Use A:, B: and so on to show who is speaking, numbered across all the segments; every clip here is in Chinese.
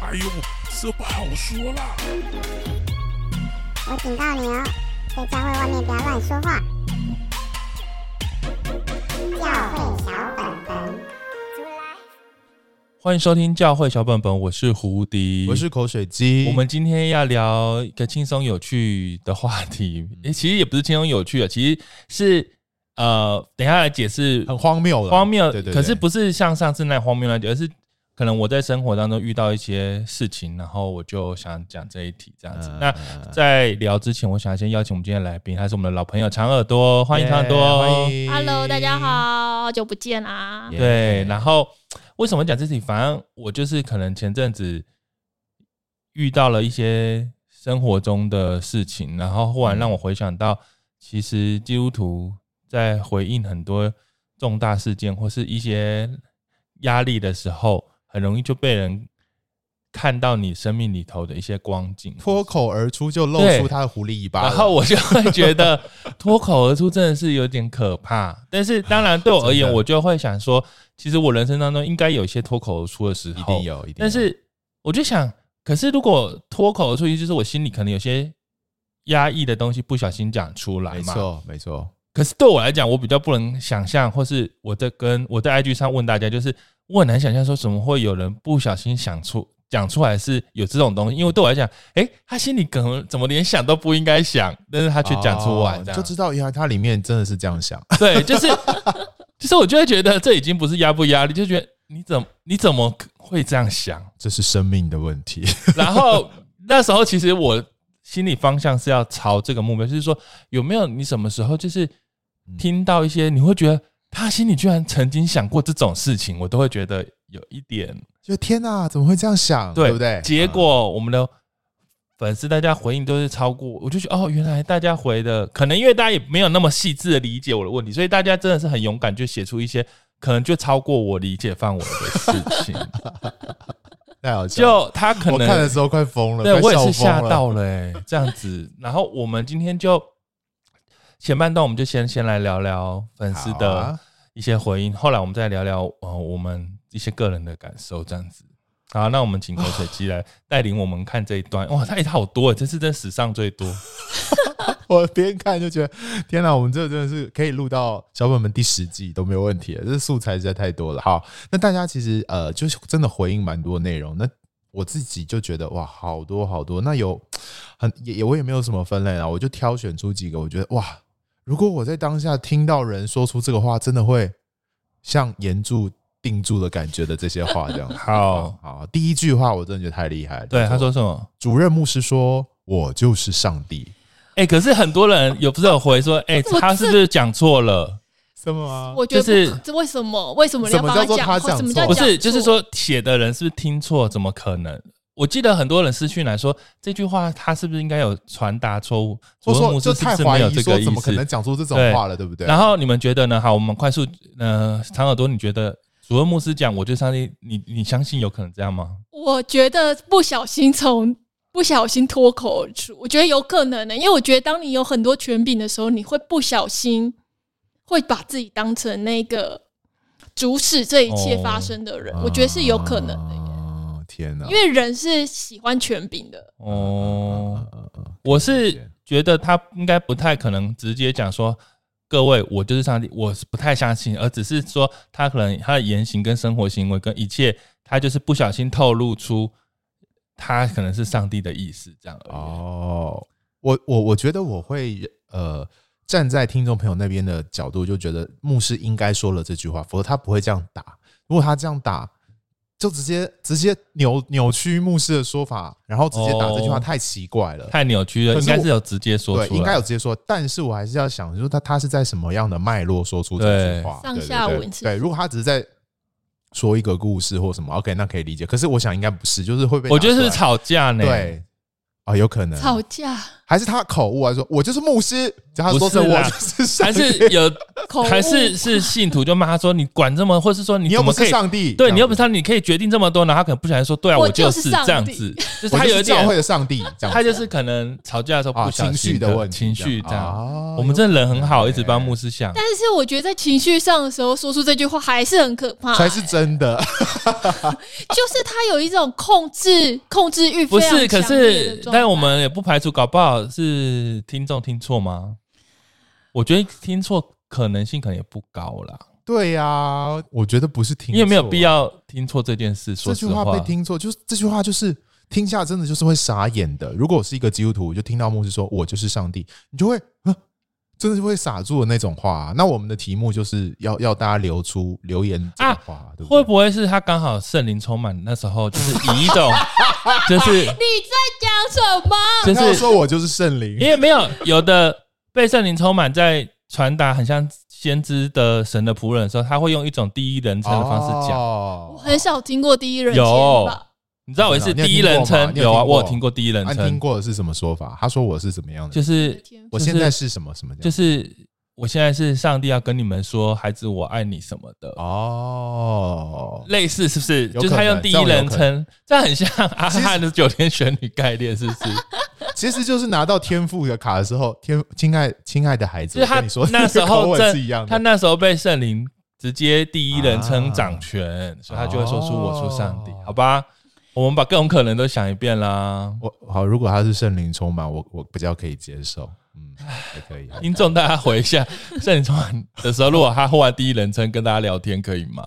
A: 哎呦，这不好说啦。
B: 我警告你哦，在教会外面不要乱说话。教会小本本，
C: 欢迎收听教会小本本，我是胡迪，
D: 我是口水鸡。
C: 我们今天要聊一个轻松有趣的话题，
D: 嗯
C: 诶其实也不是轻松有趣啊，其实是呃，等一下来解释
D: 很荒谬了，
C: 荒谬，
D: 对对对
C: 可是不是像上次那荒谬那点，而是可能我在生活当中遇到一些事情，然后我就想讲这一题这样子。
D: 嗯
C: 那在聊之前，我想先邀请我们今天的来宾，他是我们的老朋友长耳朵，欢迎长耳朵，
D: 欢迎
E: Hello，大家。好，好久不见啊啦
D: Yeah
C: 对，然后为什么讲这题？反正我就是可能前阵子遇到了一些生活中的事情，然后忽然让我回想到，其实基督徒在回应很多重大事件或是一些压力的时候，很容易就被人看到你生命里头的一些光景。
D: 脱口而出就露出他的狐狸尾巴了，
C: 然后我就会觉得脱口而出真的是有点可怕，但是当然对我而言，
D: 真的
C: 我就会想说，其实我人生当中应该有一些脱口而出的时
D: 一
C: 候，
D: 定有，一定有。
C: 但是我就想，可是如果脱口而出，就是我心里可能有些压抑的东西不小心讲出来
D: 没
C: 嘛。
D: 错，没错，
C: 可是对我来讲，我比较不能想象，或是我在跟我在 IG 上问大家，就是我很难想象说怎么会有人不小心想出讲出来是有这种东西，因为对我来讲，诶，他心里可能怎么连想都不应该想，但是他却讲出来，
D: 哦
C: 这样、
D: 就知道原来他里面真的是这样想。
C: 对，就是 就是我就会觉得这已经不是压不压力，就觉得你怎么你怎么会这样想？
D: 这是生命的问题，
C: 然后那时候其实我心理方向是要朝这个目标，就是说有没有你什么时候就是听到一些你会觉得他心里居然曾经想过这种事情，我都会觉得有一点
D: 就天哪、怎么会这样想？对不对？
C: 结果我们的。粉丝大家回应都是超过，我就觉得哦，原来大家回的可能因为大家也没有那么细致的理解我的问题，所以大家真的是很勇敢，就写出一些可能就超过我理解范围的事 情。
D: 嗯太好笑了。
C: 就他可能
D: 我看的时候快疯了，
C: 对我
D: 快
C: 也
D: 笑
C: 是吓
D: 疯了
C: 到了、欸，这样子。然后我们今天就前半段，我们就先先来聊聊粉丝
D: 好
C: 的
D: 啊
C: 一些回应，后来我们再聊聊呃我们一些个人的感受，这样子。好，那我们请口水鸡 来带领我们看这一段。哇，它也好多、欸，这是真史上最多。
D: 我边看就觉得， 天哪，我们这个真的是可以录到小本本第十季都没有问题了，这素材实在太多了。好，那大家其实呃，就是真的回应蛮多内容。那我自己就觉得哇，好多好多。那有很也也我也没有什么分类啊，我就挑选出几个，我觉得哇，如果我在当下听到人说出这个话，真的会像岩柱定住的感觉的这些话 这样。哦
C: 好，
D: 好，第一句话我真的觉得太厉害了。
C: 对，
D: 叫
C: 他
D: 做
C: 说什么？
D: 主任牧师说：“我就是上帝。
C: 哎、可是很多人有不是有 回说，哎、
E: 我
C: 他是不是讲错了？”
D: 什么啊？
E: 我觉得
C: 就是
E: 不可这为什么？为什么人家
D: 什么
E: 帮
D: 叫做
E: 讲
D: 他
E: 话？
D: 讲
E: 什么叫
D: 错
C: 不
E: 讲
C: 是，就是
E: 错
C: 说写的人是不是听错？怎么可能？我记得很多人私讯来说这句话，他是不是应该有传达错误？
D: 或
C: 佐
D: 者
C: 罗
D: 说
C: 姆
D: 就
C: 斯是
D: 太
C: 不是
D: 怀
C: 没有
D: 疑
C: 这
D: 说
C: 个意
D: 怎么可
C: 思？
D: 能讲出这种话了，对不对？
C: 然
D: 后
C: 后你们觉得呢？好，我们快速，呃，长耳朵，你觉得主任牧师讲我对上帝，你你相信有可能这样吗？
E: 我觉得不小心从不小心脱口而出，我觉得有可能的、因为我觉得当你有很多权柄的时候，你会不小心会把自己当成那个主使这一切
C: 哦
E: 发生的
C: 啊
E: 人，我觉得是有可能的耶，
D: 的。哦天哪！
E: 因为人是喜欢权柄的。
D: 啊
C: 哦，
D: 嗯嗯嗯
C: 我是觉得他应该不太可能直接讲说。各位，我就是上帝，我是不太相信，而只是说他可能他的言行跟生活行为跟一切，他就是不小心透露出他可能是上帝的意思这样而已。
D: 哦，我我我觉得我会呃。站在听众朋友那边的角度，就觉得牧师应该说了这句话，否则他不会这样打。如果他这样打，就直接直接扭扭曲牧师的说法，然后直接打这句话，
C: 哦
D: 太奇怪了。
C: 太扭曲了，
D: 可
C: 应
D: 是我
C: 该是有直接说出
D: 对
C: 来，，
D: 应该有直接说，但是我还是要想，就是他他是在什么样的脉络说出这句话？
E: 对
D: 对对对
E: 上下文是
D: 对，如果他只是在说一个故事或什么，OK，那可以理解。可是我想应该不是，就是会被
C: 我觉得
D: 拿出
C: 是
D: 来
C: 吵架呢。，
D: 对啊、有可能
E: 吵架，
D: 还是他口误啊，说我就是牧师，然后他说成
C: 不是
D: 我
C: 啦
D: 就是上
C: 还
D: 帝
C: 是有
E: 口误
C: 还是是信徒就骂他说你管这么，或是说你
D: 你又
C: 怎
D: 不
C: 么可
D: 是
C: 以？
D: 上帝，
C: 对你又不
D: 不
C: 是他，你可以决定这么多，然后他可能不小心说对啊，
E: 我
C: 我就
E: 就是
C: 是
E: 上
C: 这样
E: 帝
C: 子，就是
D: 我
C: 他
D: 就
C: 有一
D: 是教
C: 点
D: 会的上帝，这 样
C: 他就是可能吵架的时候
D: 啊
C: 不小心
D: 情绪的问题，
C: 情绪这样。
D: 啊
C: 我们这人很好，一直帮牧师想。
E: 但是我觉得在情绪上的时候说出这句话还是很可怕、
D: 才是真的，
E: 就是他有一种控制控制欲
C: 不
E: 非常
C: 是，可
E: 强烈的
C: 是
E: 状态，
C: 但我们也不排除，搞不好是听众听错吗？我觉得听错可能性可能也不高啦，
D: 对呀，我觉得不是听，啊
C: 因为没有必。要听错这件事。
D: 这
C: 说
D: 句
C: 实
D: 话被听错，就是这句话就是听下真的就是会傻眼的。如果我是一个基督徒，我就听到牧师说我就是上帝，你就会啊真的是会傻住的那种话啊、那我们的题目就是要要大家留出留言这个话，对
C: 啊
D: 不
C: 会
D: 对？
C: 不会是他刚好圣灵充满那时候，就是以一 种就是
E: 你在讲什么？
C: 就
D: 他要
C: 是
D: 说我就是圣 灵，
C: 因为没有有的被圣灵充满，在传达很像先知的神的仆人的时候，他会用一种第一人称的方式
D: 哦
C: 讲。
E: 我
D: 讲
E: 很少听过第一人
C: 有
E: 称吧？
C: 你知道我也是
D: 你有
C: 第一
D: 听过
C: 人
D: 吗
C: 称，
D: 你有
C: 有啊，
D: 听过
C: 我有听过第一人
D: 按听
C: 称，
D: 过的是什么说法？他说我是怎么样的？
C: 就是
E: 天
D: 我
C: 就是
D: 现在是什么什么这样？
C: 就是我现在是上帝要跟你们说，孩子，我爱你什么的，
D: 哦，
C: 类似是不是？
D: 有可能
C: 就是他用第一人称，这样很像阿汉的九天玄女概念，是不是？
D: 其实就是拿到天赋的卡的时候，天亲爱亲爱的孩子，
C: 就是
D: 我
C: 他
D: 跟你说
C: 那时
D: 个口
C: 候
D: 吻
C: 正
D: 是一样的，
C: 他那时候被圣灵直接第一人称掌权，所以他就会说出我出上帝
D: 啊哦，
C: 好吧？我们把各种可能都想一遍啦。
D: 我好，如果他是圣灵充满，我我比较可以接受，嗯，还可以。
C: 听众，大家回一 下，圣灵充满的时候，如果他忽然第一人称跟大家聊天，可以吗？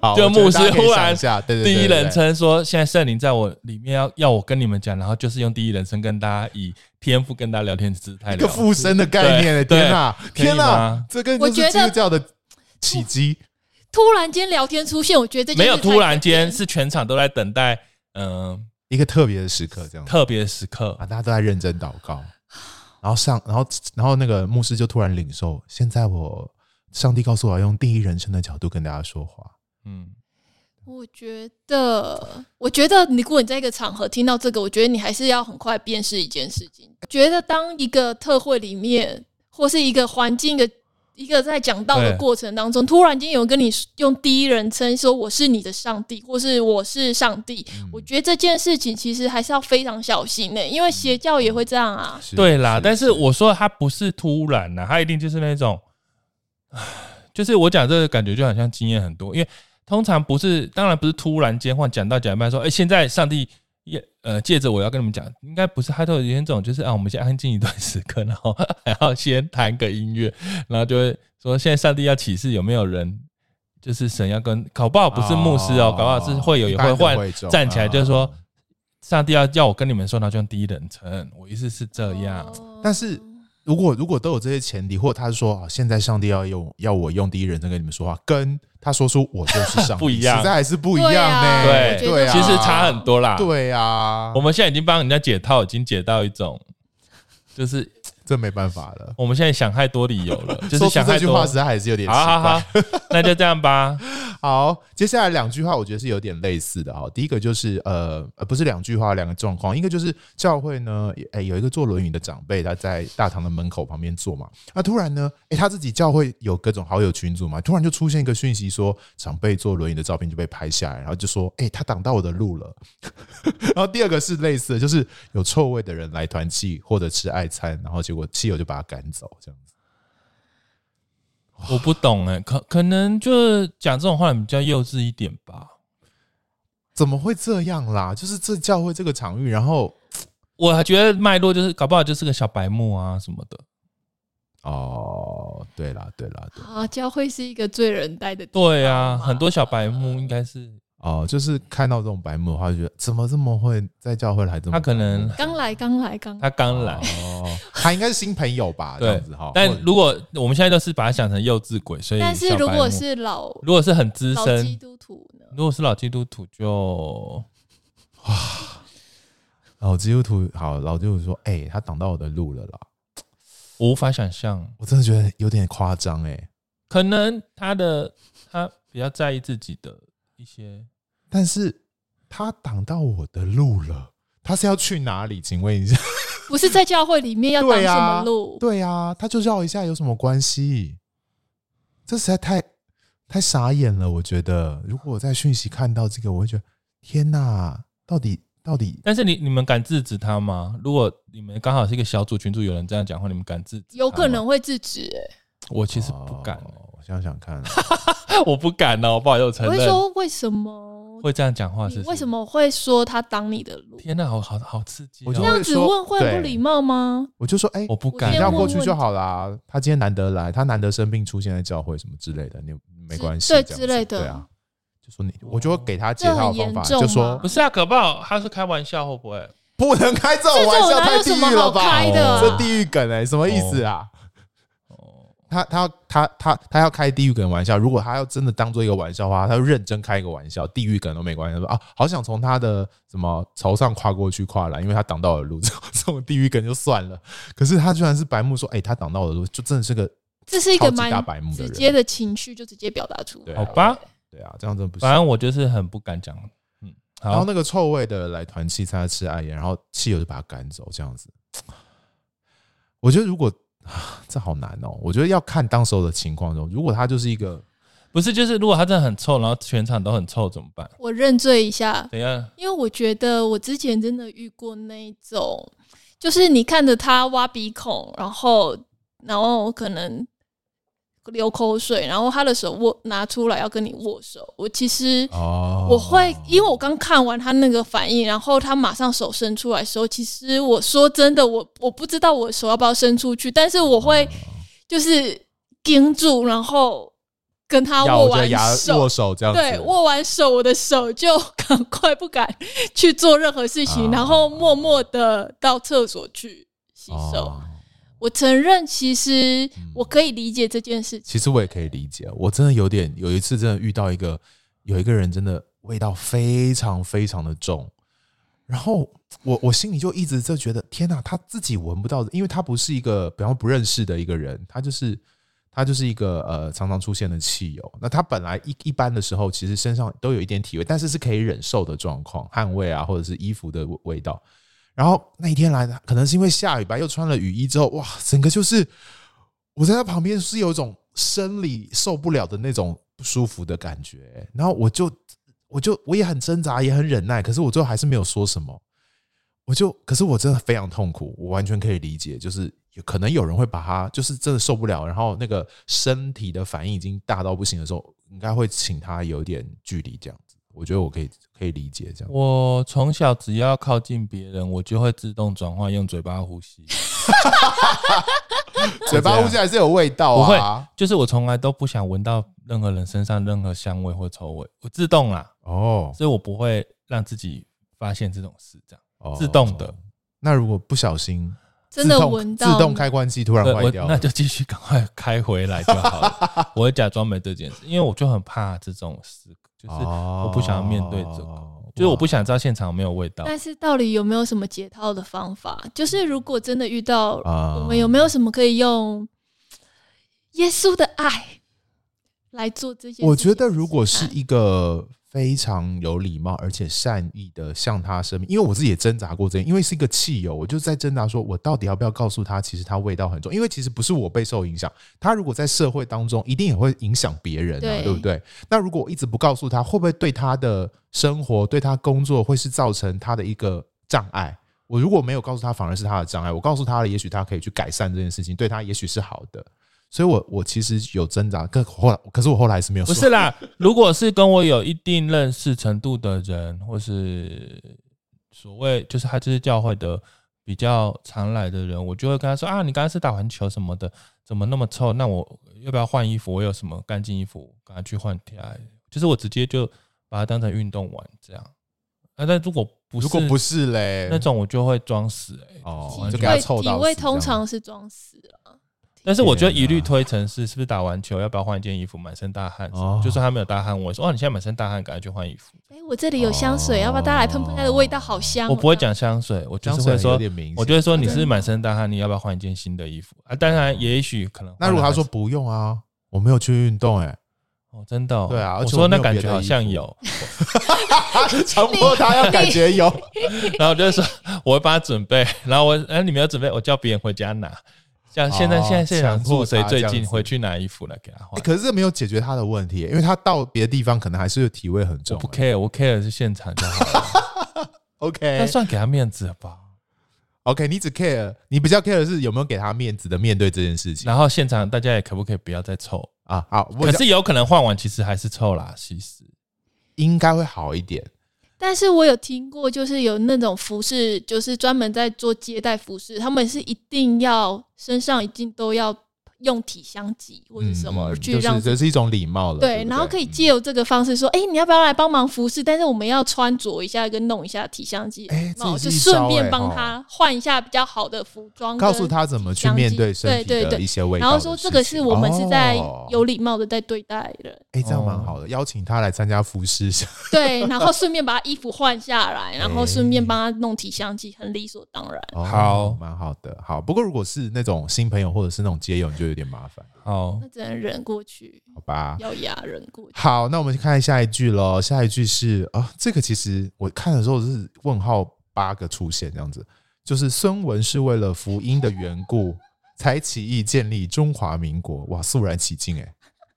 D: 好
C: 就
D: 我觉得
C: 牧师
D: 大家可以
C: 忽
D: 想
C: 然
D: 一下，对对对
C: 第一
D: 对对
C: 人称说，现在圣灵在我里面要要我跟你们讲，然后就是用第一人称跟大家以天赋跟大家聊天的姿态
D: 一个
C: 聊。
D: 附身的概念，
C: 对
D: 天哪，
C: 对
D: 天
C: 可以
D: 哪
C: 吗，
D: 这跟
E: 我
D: 就是
E: 觉
D: 基
E: 得
D: 督教的起基，
E: 突然间聊天出现，我觉得这件
C: 没
E: 事
C: 有
E: 才
C: 突然间，
E: 可
C: 是全场都在等待，嗯、
D: 一个特别的时刻，这样
C: 特别时刻
D: 啊，。大家都在认真祷 告，然后上，然后然后那个牧师就突然领受，现在我上帝告诉我要用第一人称的角度跟大家说话，
C: 嗯，
E: 我觉得，我觉得你如果你在一个场合听到这个，我觉得你还是要很快辨识一件事情。觉得当一个特会里面，或是一个环境的一个在讲道的
C: 对
E: 过程当中，突然间有人跟你用第一人称说“我是你的上帝”或是“我是上帝”，
C: 嗯
E: 我觉得这件事情其实还是要非常小心的、因
C: 嗯
E: 为邪教也会这样啊。
C: 对啦，但是我说他不是突然啦，他一定就是那种， 唉就是我讲这个感觉就好像经验很多，因为通常不是，当然不是突然间换讲到讲一半说，哎、现在上帝也呃借着我要跟你们讲，应该不是，他都有点这种，就是啊，我们先安静一段时刻，然后 还要先弹个音乐，然后就会说现在上帝要启示有没有人。就是神要跟，搞不好不是牧师哦，
D: 哦
C: 搞不好是会有
D: 一
C: 也
D: 般
C: 会
D: 的
C: 换
D: 会众
C: 站起来，就是
D: 啊
C: 说，上帝要要我跟你们说，那就用第一人称。我意思是这样，
E: 哦
D: 但是如果如果都有这些前提，或者他是说啊，现在上帝要用要我用第一人称跟你们说话，跟他说出我就是上帝
C: 不一样
D: 实在还是 不一样呢、
C: 对啊
E: 我觉
D: 对
E: 得
D: 啊，
C: 其实差很多啦。，
D: 对啊，
C: 我们现在已经帮人家解套，已经解到一种，就是
D: 这没办法了。
C: 我们现在想太多理由 了，就是
D: 说出
C: 想
D: 这
C: 太
D: 句
C: 多。
D: 话实在还是有点奇怪。
C: 好好好，那就这样吧。
D: 好，接下来两句话我觉得是有点类似的哈。第一个就是呃呃，不是两句话，两个状况，一个就是教会呢，诶、有一个坐轮椅的长辈，他在大堂的门口旁边坐嘛，那突然呢，诶、他自己教会有各种好友群组嘛，突然就出现一个讯息说长辈坐轮椅的照片就被拍下来，然后就说，诶、他挡到我的路了。 然后第二个是类似的，就是有臭味的人来团契或者吃爱餐，然后结果亲友就把他赶走，这样子。
C: 我不懂哎、可可能就是讲这种话比较幼稚一点吧。
D: 怎么会这样啦？就是这教会这个场域，然后
C: 我觉得脉络就是搞不好就是个小白目啊什么的。
D: 哦，对啦，对啦，对，
E: 啊，教会是一个最人待的地方
C: 对啊，
E: 嘛
C: 很多小白目应该是
D: 哦，就是看到这种白目的话，就觉得怎么这么会在教会来这
C: 他
D: 么白目？
C: 可能
E: 刚来刚来刚来
C: 他刚来，
D: 哦，他应该是新朋友吧？这
C: 对
D: 样子哈。
C: 但
D: 或者
C: 如果我们现在都是把他想成幼稚鬼，所以
E: 但是
C: 小白
E: 如果
C: 目
E: 是老
C: 如果是很资
E: 老基
C: 深，
E: 督徒呢？
C: 如果是老基督徒就
D: 老哦基督徒好，老基督徒说：“哎，他挡到我的路了啦！”
C: 我无法想象，
D: 我真的觉得有点夸张哎。
C: 可能他的他比较在意自己的一些，
D: 但是他挡到我的路了，他是要去哪里？请问一下，
E: 不是在教会里面要挡
D: 对
E: 什
D: 呀
E: 么，路？
D: 对呀，他就绕一下有什么关系？这实在太太傻眼了，我觉得。如果我在讯息看到这个，我会觉得天哪，到底到底
C: 但是你你们敢制止他吗？如果你们刚好是一个小组群组，有人这样讲话，你们敢制止？
E: 有可，能会制止、欸，
C: 我其实不敢，
D: 哦我想想看，
C: 我不敢哦，不好意思，我承
E: 我会
C: 认
E: 说为什么？
C: 会这样讲话是
E: 你
C: 什么
E: 为什？么会说他挡你的路？
C: 天哪，好好好刺激、
D: 啊我
C: 哦！
D: 就
E: 这样子问会
D: 对
E: 不礼貌吗？
D: 我就说，哎、
C: 我不
E: 我
C: 敢
D: 你
E: 先
D: 让
E: 问
D: 过去就好啦。他今天难得来，他难得生病出现在教会什么之类的，你没关系，
E: 之对
D: 这样子
E: 之类的哦
D: 对啊。就说你，我就会给他解
E: 这很
D: 套的方
E: 严
D: 法，
E: 重
D: 就说
E: 吗
C: 不是啊，可怕！他是开玩笑，会不会？
D: 不能开这种
E: 这
D: 玩
E: 种
D: 笑，
E: 哪
D: 太
E: 有
D: 地
E: 什么
D: 狱了
E: 好
D: 吧？
E: 开的、
D: 这
E: 啊？
D: 地狱梗哎、什么意思啊？
C: 哦，
D: 他他他他他要开地狱梗玩笑，如果他要真的当做一个玩笑的话，他就认真开一个玩笑，地狱梗都没关系。他说啊，好想从他的什么朝上跨过去跨栏，因为他挡到我的路， 这种这种地狱梗就算了。可是他居然是白目说，哎、他挡到我的路，就真的是个
E: 这是一
D: 超
E: 个
D: 级
E: 蛮
D: 大白目的
E: 直
D: 人
E: 接的情绪，就直接表达出
D: 对
E: 来。
D: 啊
C: 好吧，
D: 对啊，这样真的不行
C: 反。正我就是很不敢讲。嗯，
D: 然后
C: 好，
D: 那个臭味的来团气，他吃艾叶，然后汽油就把他赶走，这样子。我觉得如果啊这好难哦，我觉得要看当时候的情况中，如果他就是一个
C: 不是就是如果他真的很臭，然后全场都很臭怎么办？
E: 我认罪一下，
C: 怎样？
E: 因为我觉得我之前真的遇过那一种，就是你看着他挖鼻孔，然后然后可能流口水，然后他的手握拿出来要跟你握手，我其实。
D: 哦，
E: 我会，因为我刚看完他那个反应，然后他马上手伸出来的时候，其实我说真的，我我不知道我手要不要伸出去，但是我会就是盯住，然后跟他
D: 咬
E: 握
D: 着
E: 完
D: 牙
E: 手，
D: 握手这样子，
E: 对，握完手，我的手就赶快不敢去做任何事情，
D: 啊
E: 然后默默的到厕所去洗手。
D: 哦
E: 我承认，其实我可以理解这件事情。
D: 其实我也可以理解，我真的有点有一次真的遇到一个有一个人真的味道非常非常的重，然后我我心里就一直就觉得天哪，他自己闻不到的，因为他不是一个比方不认识的一个人，他就是他就是一个呃常常出现的汽油。那他本来一一般的时候其实身上都有一点体味，但是是可以忍受的状况，汗味啊或者是衣服的味味道。然后那一天来的，可能是因为下雨吧，又穿了雨衣之后，哇，整个就是我在他旁边是有一种生理受不了的那种不舒服的感觉，欸然后我就我就我也很挣扎，也很忍耐，可是我最后还是没有说什么。我就，可是我真的非常痛苦，我完全可以理解，就是有可能有人会把他，就是真的受不了，然后那个身体的反应已经大到不行的时候，应该会请他有一点距离这样子。我觉得我可以可以理解这样。
C: 我从小只要靠近别人，我就会自动转换用嘴巴呼吸，
D: 嘴巴呼吸还是有味道
C: 不会
D: 啊。
C: 就是我从来都不想闻到任何人身上任何香味或臭味，我自动啦，
D: 哦，
C: 所以我不会让自己发现这种事，这样
D: 哦
C: 自动的。
D: 那如果不小心，
E: 真的
D: 自动
E: 闻到
D: 自动开关机突然
C: 对
D: 坏
C: 我
D: 掉了，
C: 那就继续赶快开回来就好了。 我会假装没这件事，因为我就很怕这种事，就是
D: 我
C: 我不想要面对这个，就是我不想知道现场没有味道。
E: 但是到底有没有什么解套的方法？就是如果真的遇到，
D: 啊
E: 我们有没有什么可以用耶稣的爱来做这件事情？
D: 我觉得如果是一个非常有礼貌而且善意的向他声明，因为我自己也挣扎过这件，因为是一个汽油，我就在挣扎说，我到底要不要告诉他，其实他味道很重，因为其实不是我被受影响，他如果在社会当中一定也会影响别人啊，
E: 对
D: 对不对？那如果我一直不告诉他，会不会对他的生活、对他工作会是造成他的一个障碍？我如果没有告诉他，反而是他的障碍。我告诉他了，也许他可以去改善这件事情，对他也许是好的。所以我，我其实有挣扎，可后来，可是我后来还是没有
C: 不
D: 说。
C: 是啦， 如果是跟我有一定认识程度的人，或是所谓就是他就是教会的比较常来的人，我就会跟他说啊，你刚刚是打完球什么的，怎么那么臭？那我要不要换衣服？我有什么干净衣服，赶快去换掉。就是我直接就把它当成运动玩这样。啊，但如果不是
D: 如果不是嘞，
C: 那种，我就给他装死、欸。
D: 哦，
E: 体
D: 就给他
E: 味，
D: 臭到
E: 体
D: 死
E: 味
D: 这样
E: 通常是装死了。
C: 但是我觉得一律
D: 天啊
C: 推成是是不是打完球要不要换一件衣服，满身大汗什么？
D: 哦
C: 就算他没有大汗，我也说哦，你现在满身大汗，赶快去换衣服。
E: 哎、我这里有香水，
D: 哦
E: 要不要大家来喷喷？它的味道好香、哦
C: 我不会。讲香水，我就是会
D: 香水有
C: 说，
D: 点明显
C: 我就会说你是满身大汗，你要不要换一件新的衣服啊？当然，也许可能换了
D: 那如果他
C: 还
D: 说
C: 是
D: 不用啊，我没有去运动、欸，哎，
C: 哦，真的、哦，
D: 对啊而
C: 我
D: 且
C: 说
D: 我没
C: 那
D: 有
C: 感
D: 别
C: 觉
D: 的
C: 好
D: 衣
C: 像
D: 服
C: 有，
E: 哎
D: 强迫哦他要感觉 有，
C: 然后我就说我会帮他准备，然后我哎你没有准备，我叫别人回家拿。像现在、
D: 哦
C: 现在现场
D: 强迫
C: 住谁
D: 他
C: 最
D: 这样
C: 近
D: 子
C: 回去拿衣服来给他换
D: 欸、。可是这没有解决他的问题，欸因为他到别的地方可能还是体味很
C: 我
D: 重。
C: 不 care，我 care 的是现场就好了， 那
D: OK
C: 算给他面子了吧？
D: OK，你只 care，你比较 care 的是有没有给他面子的面对这件事情
C: 然后现场大家也可不可以不要再臭？
D: 啊？好，我
C: 可
D: 比较
C: 是有可能换完其实还是臭啦，其实
D: 应该会好一点。
E: 但是我有听过，就是有那种服饰，就是专门在做接待服饰，他们是一定要身上一定都要用体香剂或者什么、
D: 嗯
E: 去让
D: 就是这是一种礼貌了。对
E: 对，
D: 不对，
E: 然后可以借由这个方式说，哎、你要不要来帮忙服侍？但是我们要穿着一下跟弄一下体香剂的
D: 哎
E: 礼貌，
D: 这也
E: 就
D: 是一
E: 顺
D: 招
E: 便
D: 哎
E: 帮
D: 哈
E: 他换一下比较好的服装，
D: 告诉。他怎么去面对身体
E: 对对
D: 的
E: 对
D: 一些味道
E: 然
D: 的
E: 后
D: 事情。
E: 说这个是我们是在
D: 哦
E: 有礼貌的在对待人，
D: 哎、这样蛮好的，邀请他来参加服饰社。
E: 对， 然后顺便把他衣服换下来，然后顺便
D: 哎
E: 帮他弄体香剂，很理所当然。
D: 哦
C: 好
D: 蛮 好的。好，不过如果是那种新朋友或者是那种街友，你就有点麻烦，
C: 好
E: 那只能忍过去，
D: 好吧？
E: 咬牙忍过去。
D: 好，那我们看下一句喽。下一句是啊、这个其实我看的时候是问号八个出现这样子，就是孙文是为了福音的缘故才起义建立中华民国，哇，肃然起敬哎、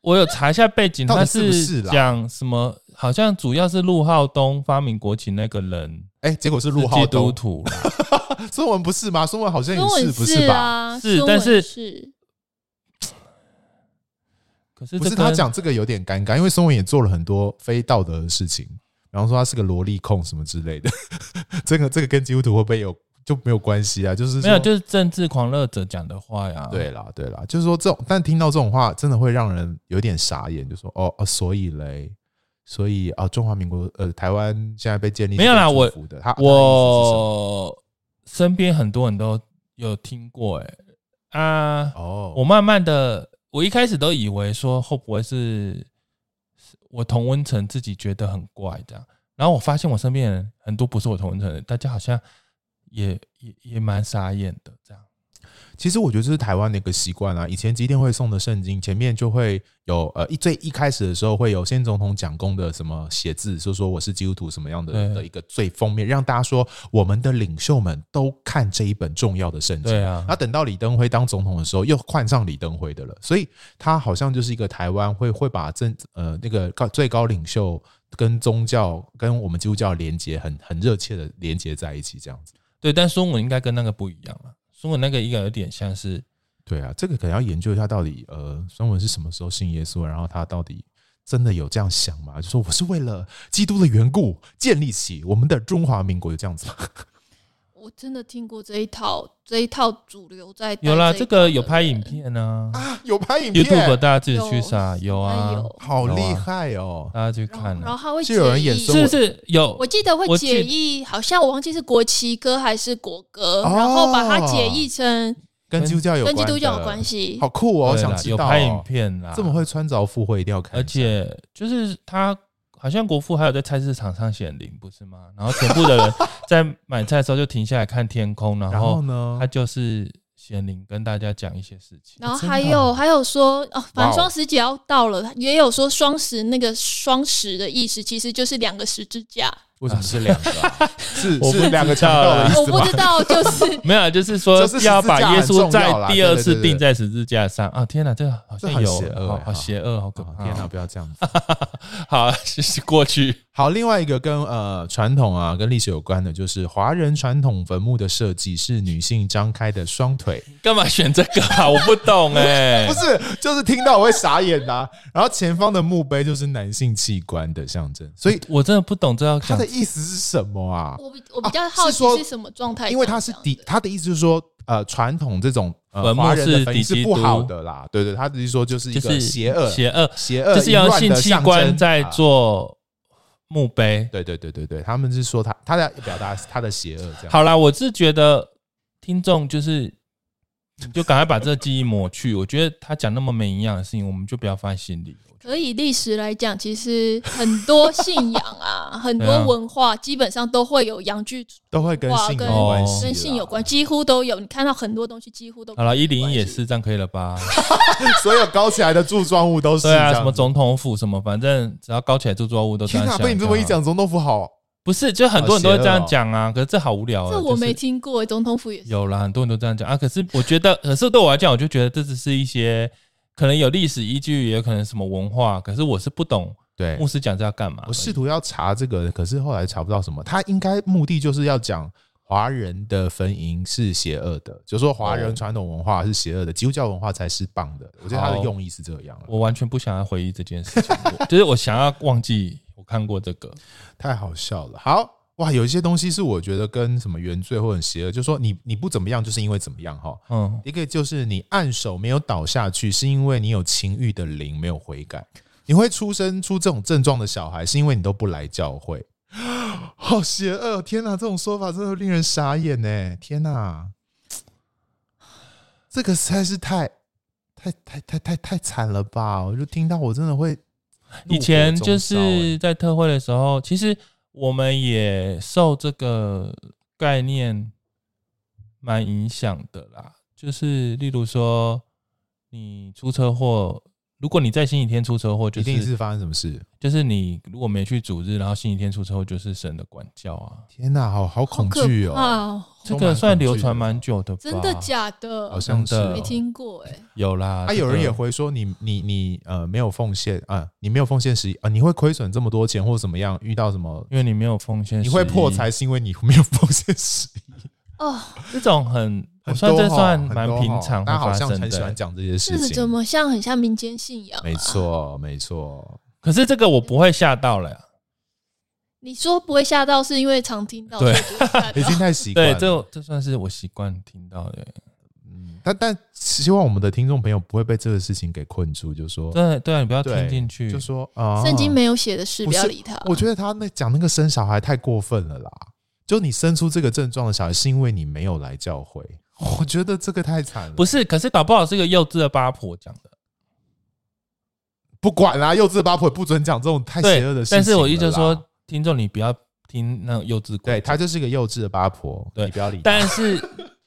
C: 我有查一下背景，
D: 到底
C: 他
D: 是不是啦
C: 讲什么？好像主要是陆浩东发明国旗那个人
D: 哎、结果是陆
C: 是
D: 浩
C: 基督
D: 东，
C: 徒啦，
D: 孙文不是吗？孙文好像也
E: 孙文
D: 哎是，不是吧？
E: 啊，
C: 是
E: 孙
C: 但
E: 文
C: 是
E: 是
C: 可是
D: 不
C: 这
D: 是他
C: 跟
D: 讲这个有点尴尬，因为孙文也做了很多非道德的事情，比方说他是个萝莉控什么之类的， 这个这个跟基督徒会不会有就没有关系啊？就是说
C: 没有，就是政治狂热者讲的话呀。
D: 对啦对啦，就是说这种，但听到这种话真的会让人有点傻眼，就说哦哦，所以嘞，所以啊，中华民国呃，台湾现在被建立
C: 没有啦
D: 是被
C: 我
D: 祝福的，他他的意思是什么
C: 我身边很多人都有听过、欸，哎啊，
D: 哦，
C: 我慢慢的，我一开始都以为说会不会是是我同温层自己觉得很怪这样，然后我发现我身边人很多不是我同温层的人，大家好像也也也蛮傻眼的这样。
D: 其实我觉得这是台湾的一个习惯啊。以前基甸会送的圣经前面就会有呃一最一开始的时候会有先总统讲功的什么写字，就说我是基督徒什么样的
C: 对
D: 的一个最封面，让大家说我们的领袖们都看这一本重要的圣经。
C: 对啊
D: 那，等到李登辉当总统的时候，又换上李登辉的了，所以他好像就是一个台湾会会把政呃那个高最高领袖跟宗教跟我们基督教连接很很热切的连接在一起这样子。
C: 对，但孙文应该跟那个不一样了。孙文那个应该有点像是
D: 对啊，这个可能要研究一下，到底呃，孙文是什么时候信耶稣，然后他到底真的有这样想吗？就说我是为了基督的缘故建立起我们的中华民国，有这样子吗？
E: 我真的听过这一套，这一套主流在
C: 有啦，
E: 带
C: 这
E: 一套
C: 个
E: 的
C: 有拍
E: 人
C: 影片啊
D: 有拍影
C: y o u t u b e
D: 片，
C: 大家自己
E: 有
C: 去查，有
E: 哎
C: 啊，
E: 有
D: 好厉害哦！
C: 大家去
E: 然后
C: 看
E: 然
C: 啊，
E: 后他会
D: 就有人
E: 解
D: 演
E: 译
D: 孙
C: 是
D: 文
C: 不是有
E: 我？记得会
C: 我记
E: 解译，好像我忘记是国旗歌还是国歌，
D: 哦
E: 然后把它解译成
D: 跟基督教有
E: 跟
D: 关
E: 基督教
D: 的
E: 有关，系。
D: 好酷哦！我
C: 对
D: 想
C: 啦
D: 知
C: 有
D: 道哦
C: 拍影片啦，
D: 这么会穿着赴会，一定要看一下。
C: 而且就是他好像国父还有在菜市场上显灵，不是吗？然后全部 的人在买菜的时候就停下来看天空，然
D: 然后
C: 后
D: 呢
C: 他，就是显灵跟大家讲一些事情。
E: 然后
D: 真的哦
E: 还有还有说哦，反
D: 哇哦
E: 正双十节要到了，也有说双十那个双十的意思其实就是两个十字架，
D: 为什么是 两个啊？是
C: 我不
D: 是两个
C: 知道啊啦
D: 强盗的意
E: 我
D: 思
E: 不
D: 吗
E: 知？道就是
C: 没有，啊就是说
D: 就是十字架
C: 要把耶稣
D: 很重要
C: 在
D: 啦
C: 第二次
D: 对对对对
C: 钉在十字架上啊！天哪，这个好
D: 这
C: 像
D: 很
C: 有
D: 邪恶
C: 好
D: 欸
C: 好邪恶，好可
D: 哦
C: 怕！
D: 天哪，不要这样子。
C: 好，谢谢过去。
D: 好，另外一个跟呃传统啊、跟历史有关的，就是华人传统坟墓的设计是女性张开的双腿，
C: 干嘛选这个 啊？我不懂哎、
D: 不是，就是听到我会傻眼呐、啊然后前方的墓碑就是男性器官的象征，所以
C: 我真的不懂这要
D: 它
C: 讲
D: 的。意思是什么啊？
E: 我比我比较
D: 啊
E: 好
D: 是
E: 奇
D: 说
E: 是什么状态，
D: 因为它是抵，他的意思就是说，呃，传统这种呃
C: 坟墓
D: 华人的
C: 是
D: 坟
C: 抵
D: 仪
C: 基
D: 是
C: 督
D: 不好的啦，对对，他的意思说就是一
C: 就
D: 个
C: 是
D: 邪恶、
C: 邪恶，
D: 邪恶，
C: 就是要用性器官在做墓碑。
D: 啊对对对对对，他们是说他啊他在表达他的邪恶这样。
C: 好啦，我是觉得听众就是你就赶快把这个记忆抹去。我觉得他讲那么没营养的事情，我们就不要放在心里。
E: 可以历史来讲，其实很多信仰 啊，很
C: 对
E: 多
C: 啊
E: 文化基本上都会有阳具
D: 都会跟
E: 哇
D: 性有
E: 跟
D: 关系啦，
E: 跟性有关，几乎都有。你看到很多东西几乎都
C: 啊好了，一零
E: 一
C: 一也是这样可以了吧？
D: 所有高起来的柱状物都是
C: 对啊，
D: 这
C: 什
D: 样
C: 么总统府什么，反正只要高起来做作物都这
D: 天
C: 样
D: 哪，
C: 想。
D: 被你这么一，讲，总统府好
C: 不是就很多人都会这
D: 好邪恶
C: 样
D: 哦
C: 讲啊？可是这好无聊啊！
E: 这我
C: 就是
E: 没听过、总统府也是。
C: 有啦，很多人都这样讲啊。可是我觉得， 可是对我来讲，我就觉得这只是一些可能有历史依据，也有可能什么文化。可是我是不懂
D: 对
C: 牧。师讲这要干嘛而已。
D: 我试图要查这个，可是后来查不到什么。他应该目的就是要讲华人的坟茔是邪恶的，就说华人传统文化是邪恶的，基督教文化才是棒的。我觉得他的
C: 好
D: 用意是这样了，
C: 我完全不想要回忆这件事情，我就是我想要忘记我看过这个。
D: 太好笑了。好哇，有一些东西是我觉得跟什么原罪或者邪恶，就说你你不怎么样，就是因为怎么样哈。
C: 嗯，
D: 一个就是你按手没有倒下去，是因为你有情欲的灵没有悔改。你会出生出这种症状的小孩，是因为你都不来教会。 好邪恶！天哪，这种说法真的令人傻眼呢！天哪，这个实在是太太太太太太惨了吧！我就听到我真的会怒火中烧欸、欸
C: 以前就是在特会的时候，其实我们也受这个概念蛮影响的啦。就是例如说，你出车祸，如果你在星期天出车祸，就
D: 一定是
C: 是
D: 发生什么事？
C: 就是你如果没去主日，然后星期天出车祸，就是神的管教啊。
D: 天哪，好好
E: 好
D: 恐
E: 可
D: 惧
E: 怕
D: 哦！
E: 哦！
C: 这
D: 充满
C: 个算
D: 恐惧
C: 流传
D: 的
C: 蛮久的吧？
E: 真的假的？
D: 好像是
C: 真的
E: 没听过哎、
C: 有啦，
D: 啊，有人
C: 这个
D: 也回说你你你呃没有奉献啊，你没有奉献时啊，你会亏损这么多钱或怎么样？遇到什么
C: 因为你没有奉献，
D: 你会破财，是因为你没有奉献时宜，
E: 哦，
C: 这种很， 我
D: 很
C: 算
D: 多
C: 这
D: 哈
C: 算
D: 很
C: 蛮
D: 多
C: 平
D: 哈
C: 常
D: 大家
C: 会
D: 好
C: 发
D: 像
C: 生
D: 很喜
C: 的
D: 欢。讲这些事
E: 这
D: 情，
E: 怎么像很像民间信仰、啊？
D: 没。错没错，
C: 可是这个我不会吓到了呀，
E: 你说不会吓到，是因为常听到，
C: 对
E: 所以不会吓
D: 已
E: 到。
D: 经太习惯
C: 对，
D: 了。
C: 这这算是我习惯听到的。欸
D: 嗯但但希望我们的听众朋友不会被这个事情给困住，就说
C: 对对啊，你不要
D: 哦对
C: 听进去，
D: 就说啊，
E: 圣经没有写的事，
D: 不
E: 不
D: 是
E: 要理他。
D: 我觉得他那讲那个生小孩太过分了啦！就你生出这个症状的小孩，是因为你没有来教会。我觉得这个太惨了，
C: 不是。可是搞不好是个幼稚的八婆讲的，
D: 不管啦、幼稚八婆也不准讲这种太
C: 对
D: 邪恶的。事情
C: 但是我
D: 了
C: 一直
D: 啦
C: 说，，听众你不要听那种幼稚鬼
D: 对他就是一个幼稚的八婆，
C: 对
D: 你不要理他。
C: 但 是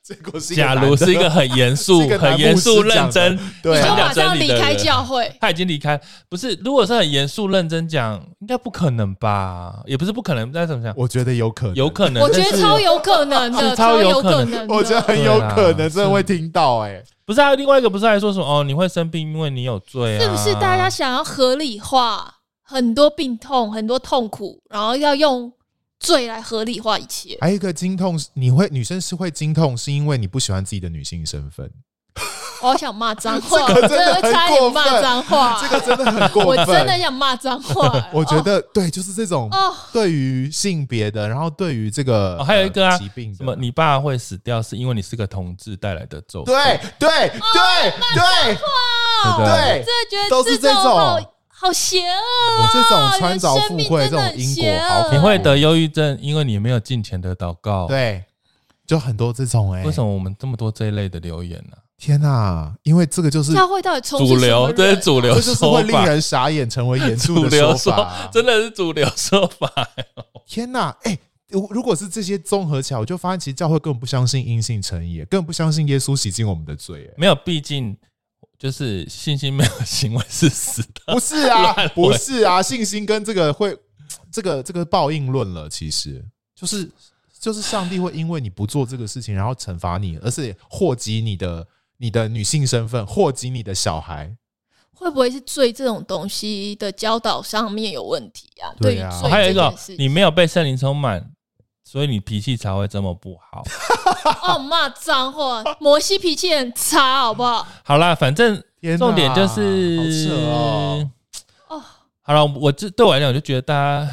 D: 结果是一个
C: 假
D: 男 的
C: 如是一个很严肃
D: 是一个、男
C: 很严肃、
D: 牧师
C: 认
D: 讲的
C: 真，
D: 对啊
E: 你
C: 传
E: 就
C: 讲
E: 马上
C: 真理
E: 离
C: 的
E: 开
C: 人
E: 教会，
C: 他已经离开，不是？如果是很严肃认真讲，应该不可能吧？也不是不可能，但是怎么讲？
D: 我觉得有可能，
C: 有可能，
E: 我觉
C: 但
E: 得
C: 是
E: 超有可能的，
C: 是 超有
E: 有
C: 可能啊
E: 能的。
D: 我觉得很有可能，
C: 对啦
D: 真的会听到哎、
C: 不是还有另外一个不是还说什么哦，你会生病，因为你有罪、啊，
E: 是不是大家想要合理化很多病痛、很多痛苦，然后要用罪来合理化 一切？
D: 还有一个经痛，你会女生是会经痛，是因为你不喜欢自己的女性身份，
C: 哦
E: 我好想骂脏话，
D: 这
E: 我
D: 个
E: 真
D: 真的很
E: 的会差点
D: 过
E: 骂
D: 分
E: 脏话，
D: 这个真的很过
E: 我
D: 分。
E: 真的想骂脏话。
D: 我觉
E: 哦
D: 得对，就是这种
E: 哦
D: 对于性别的，然后对于这个、
C: 哦还有一个啊
D: 呃疾病的
C: 什么？你爸会死掉是因为你是个同志带来的咒，
D: 对对对
E: 哇
C: 对
E: 我
D: 对
E: 真的觉得
D: 都是这
E: 这
D: 种
E: 好好邪恶
D: 我
E: 哦！
D: 这种穿着
E: 人生
D: 附
E: 命
D: 会
E: 真
D: 这
E: 的
D: 种
E: 很
D: 因果
E: 邪
D: 好
E: 恶
D: 恐
C: 你
D: 怖
C: 会得忧郁症，因为你没有尽前的祷告。
D: 对，对，就很多这种哎、
C: 为什么我们这么多这一类的留言呢、
D: 天哪、因为这个就是
E: 教会到底冲
C: 主流，这
E: 对
C: 是主流
D: 这就是
C: 说
D: 会令
C: 法，
D: 人傻眼，成为严肃
C: 主
D: 的
C: 流
D: 说
C: 说
D: 法。
C: 真的是主流说法。
D: 天哪，哎、如如果是这些综合起来，我就发现其实教会根本不相信阴性诚意，更不相信耶稣洗净我们的罪。哎，
C: 没有，毕竟就是信心没有行为是死的。
D: 不是啊
C: 乱，
D: 不是啊，信心跟这个会，这个这个报应论了，其实就是就是上帝会因为你不做这个事情，然后惩罚你，而是祸及你的你的女性身份，祸及你的小孩。
E: 会不会是罪这种东西的教导上面有问题啊？
D: 对
E: 对于
D: 啊
E: 罪
C: 哦还有一
E: 这
C: 个
E: 件事，
C: 你没有被圣灵充满，所以你脾气才会这么不好。
E: 哦骂脏话，摩西脾气很差，好不好？
C: 好啦，反正
D: 天哪
C: 重点就是，
D: 好扯哦
E: 哦，
C: 好了，我这对我来讲，我就觉得大家，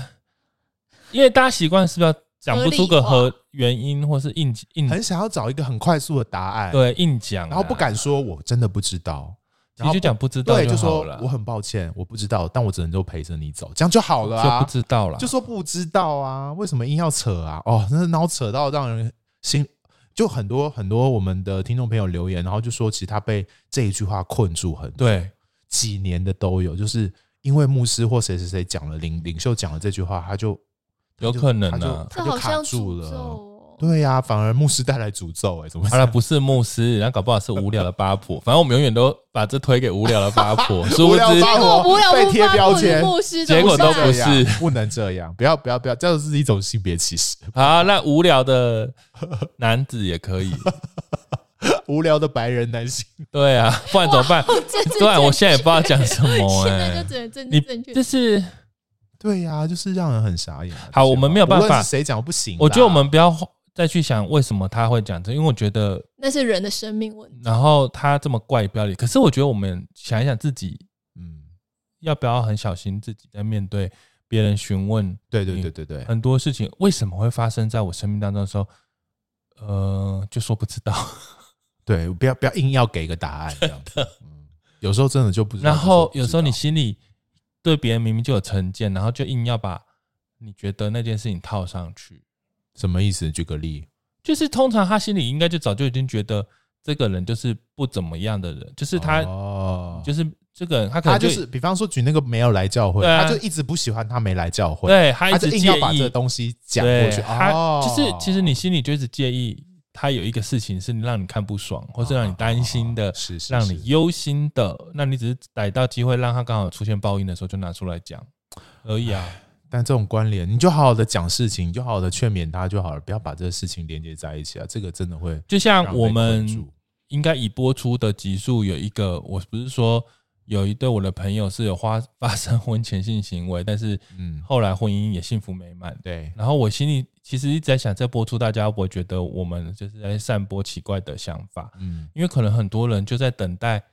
C: 因为大家习惯是不是要讲不出个
E: 合
C: 和原因，或是硬硬
D: 很想要找一个很快速的答
C: 嗯
D: 案，，
C: 对硬讲啊，
D: 然后不敢说我真的不知道，
C: 其实就讲不知道
D: 对，就
C: 好
D: 说
C: 了，
D: 我很抱歉，我不知道，但我只能就陪着你走，这样就好了
C: 就
D: 啊。
C: 不知道了，
D: 就说不知道啊，为什么硬要扯啊？哦，真的脑扯到让人心就很多很多我们的听众朋友留言，然后就说其实他被这一句话困住很多，
C: 对，
D: 几年的都有，就是因为牧师或谁谁谁讲了领领袖讲了这句话，他就
C: 有可能
D: 他就
C: 啊。
D: 他
E: 这
D: 就
E: 好
D: 卡
E: 像
D: 住
E: 诅
D: 了。
E: 咒哦。
D: 对呀、反而牧师带来诅咒、哎，怎么会
C: 好
D: 这
C: 了，
D: 样？
C: 不是牧师，然后搞不好是无聊的八婆。反正我们永远都把这推给无聊的八 婆，殊不
D: 无聊
C: 知
D: 八
E: 结果无聊
D: 哦被
E: 不
D: 贴
E: 发
D: 标
E: 不是
D: 签
E: 牧师
C: 结果
E: 怎么
C: 都
E: 办
C: 不
D: 这样
C: 是
D: 不能这样，不要不要不要，这是一种性别歧视。
C: 好，那无聊的男子也可以。
D: 无聊的白人男性，
C: 对啊，不然怎么办？
E: 这 是
C: 对啊，
E: 正
C: 我现在也不知道讲什么
E: 现
C: 哎、
E: 在就只能正
C: 你
E: 正确
C: 这。是
D: 对呀、就是让人很傻眼啊、
C: 好
D: 这些话
C: 我们没有办法
D: 无论是谁讲都不行啦。啊
C: 我觉得我们不要再去想为什么他会讲这，因为我觉得，
E: 那是人的生命问题。
C: 然后他这么怪标里，可是我觉得我们想一想自己
D: 嗯，
C: 要不要很小心自己在面对别人询问
D: 对对对对对，
C: 很多事情为什么会发生在我生命当中的时候，呃，就说不知道。
D: 对，不要不要硬要给个答案这 样子。嗯，有时候真的就不知道。
C: 然后
D: 就
C: 有
D: 是不知道
C: 时候你心里对别人明明就有成见，然后就硬要把你觉得那件事情套上去，
D: 什么意思？举个例，
C: 就是通常他心里应该就早就已经觉得这个人就是不怎么样的人，就是他、
D: 哦，
C: 就是是这个人，他可
D: 他
C: 能就
D: 就是，比方说举那个没有来教会，
C: 对啊
D: 他就一直不喜欢他没来教会，
C: 对他一
D: 他就
C: 直
D: 硬
C: 介
D: 要把这个
C: 意，
D: 东西讲过
C: 对，
D: 去。
C: 他
D: 哦，
C: 就是其实你心里就一直介意他有一个事情是让你看不爽，或是让你担心的。
D: 哦是是
C: 让
D: 是
C: 你忧心的，那你只是逮到机会让他刚好出现报应的时候就拿出来讲而已啊。
D: 但这种关联，你就好好的讲事情，你就好好的劝勉他就好了，不要把这个事情连接在一起啊！这个真的会
C: 就
D: 让
C: 像
D: 人
C: 我们
D: 困住
C: 应该已播出的集数有一个，我不是说有一对我的朋友是有发发生婚前性行为，但是
D: 嗯，
C: 后来婚姻也幸福美满。
D: 对，
C: 然后我心里其实一直在想，在播出大家会不会觉得我们就是在散播奇怪的想法？
D: 嗯，
C: 因为可能很多人就在等待，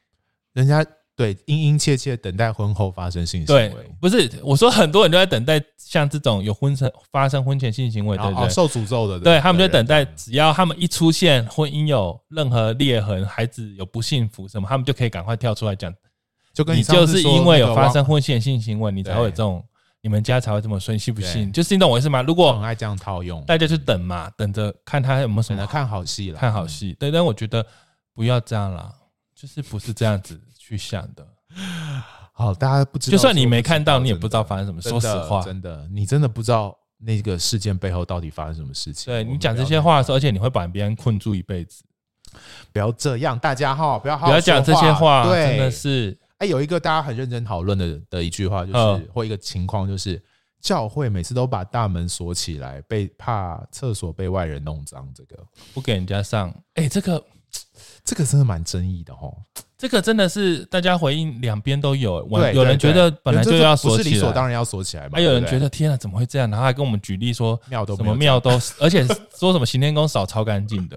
D: 人家对殷殷切切等待婚后发生性行
C: 对
D: 为，，
C: 不是我说很多人就在等待像这种有婚前发生婚前性行为的
D: 然后、
C: 人
D: 哦、，受诅咒的人，
C: 对他们就等待，
D: 嗯
C: 只要他们一出现婚姻有任何裂痕，孩子有不幸福什么，他们就可以赶快跳出来讲，
D: 就跟
C: 你
D: 上
C: 就
D: 次
C: 是
D: 说
C: 因为
D: 那
C: 有
D: 个
C: 发
D: 汪
C: 生婚前性行为，你才会有
D: 对
C: 这种，你们家才会这么顺，信不信？
D: 对
C: 就是你懂我意思吗？如
D: 很
C: 果
D: 爱这样套用，
C: 大家就等嘛，等着看他有没有什
D: 等着
C: 么
D: 看好戏了，
C: 看好戏，对，但我觉得不要这样啦，就是不是这样子去想的，
D: 嗯。好，大家不知道，
C: 就算你没看到，你也
D: 真的
C: 不知道发生什么。说实话，
D: 真的，真的你真的不知道那个事件背后到底发生什么事情。
C: 对
D: 我
C: 你
D: 们
C: 讲
D: 不
C: 这
D: 要
C: 些话的时候，而且你会把别人困住一辈子，
D: 不要这样，大家哈，不要
C: 不
D: 好好
C: 要讲这
D: 说
C: 些话，
D: 对，
C: 真的是。
D: 哎，有一个大家很认真讨论的的一句话，就是、
C: 嗯
D: 或一个情况，就是教会每次都把大门锁起来，被怕厕所被外人弄脏。这个
C: 不给人家上。哎、这个
D: 这个真的蛮争议的哦。
C: 这个真的是大家回应两边都有、我
D: 对，
C: 有人
D: 对
C: 觉得
D: 对
C: 本来
D: 人
C: 就要锁
D: 不是理
C: 起
D: 所
C: 来，
D: 当然要锁起来嘛。
C: 还有人
D: 对不
C: 觉
D: 对
C: 得天啊怎么会这样？然后还跟我们举例说
D: 庙都
C: 什
D: 没有
C: 么庙都是，而且说什么行天宫扫超干 净的，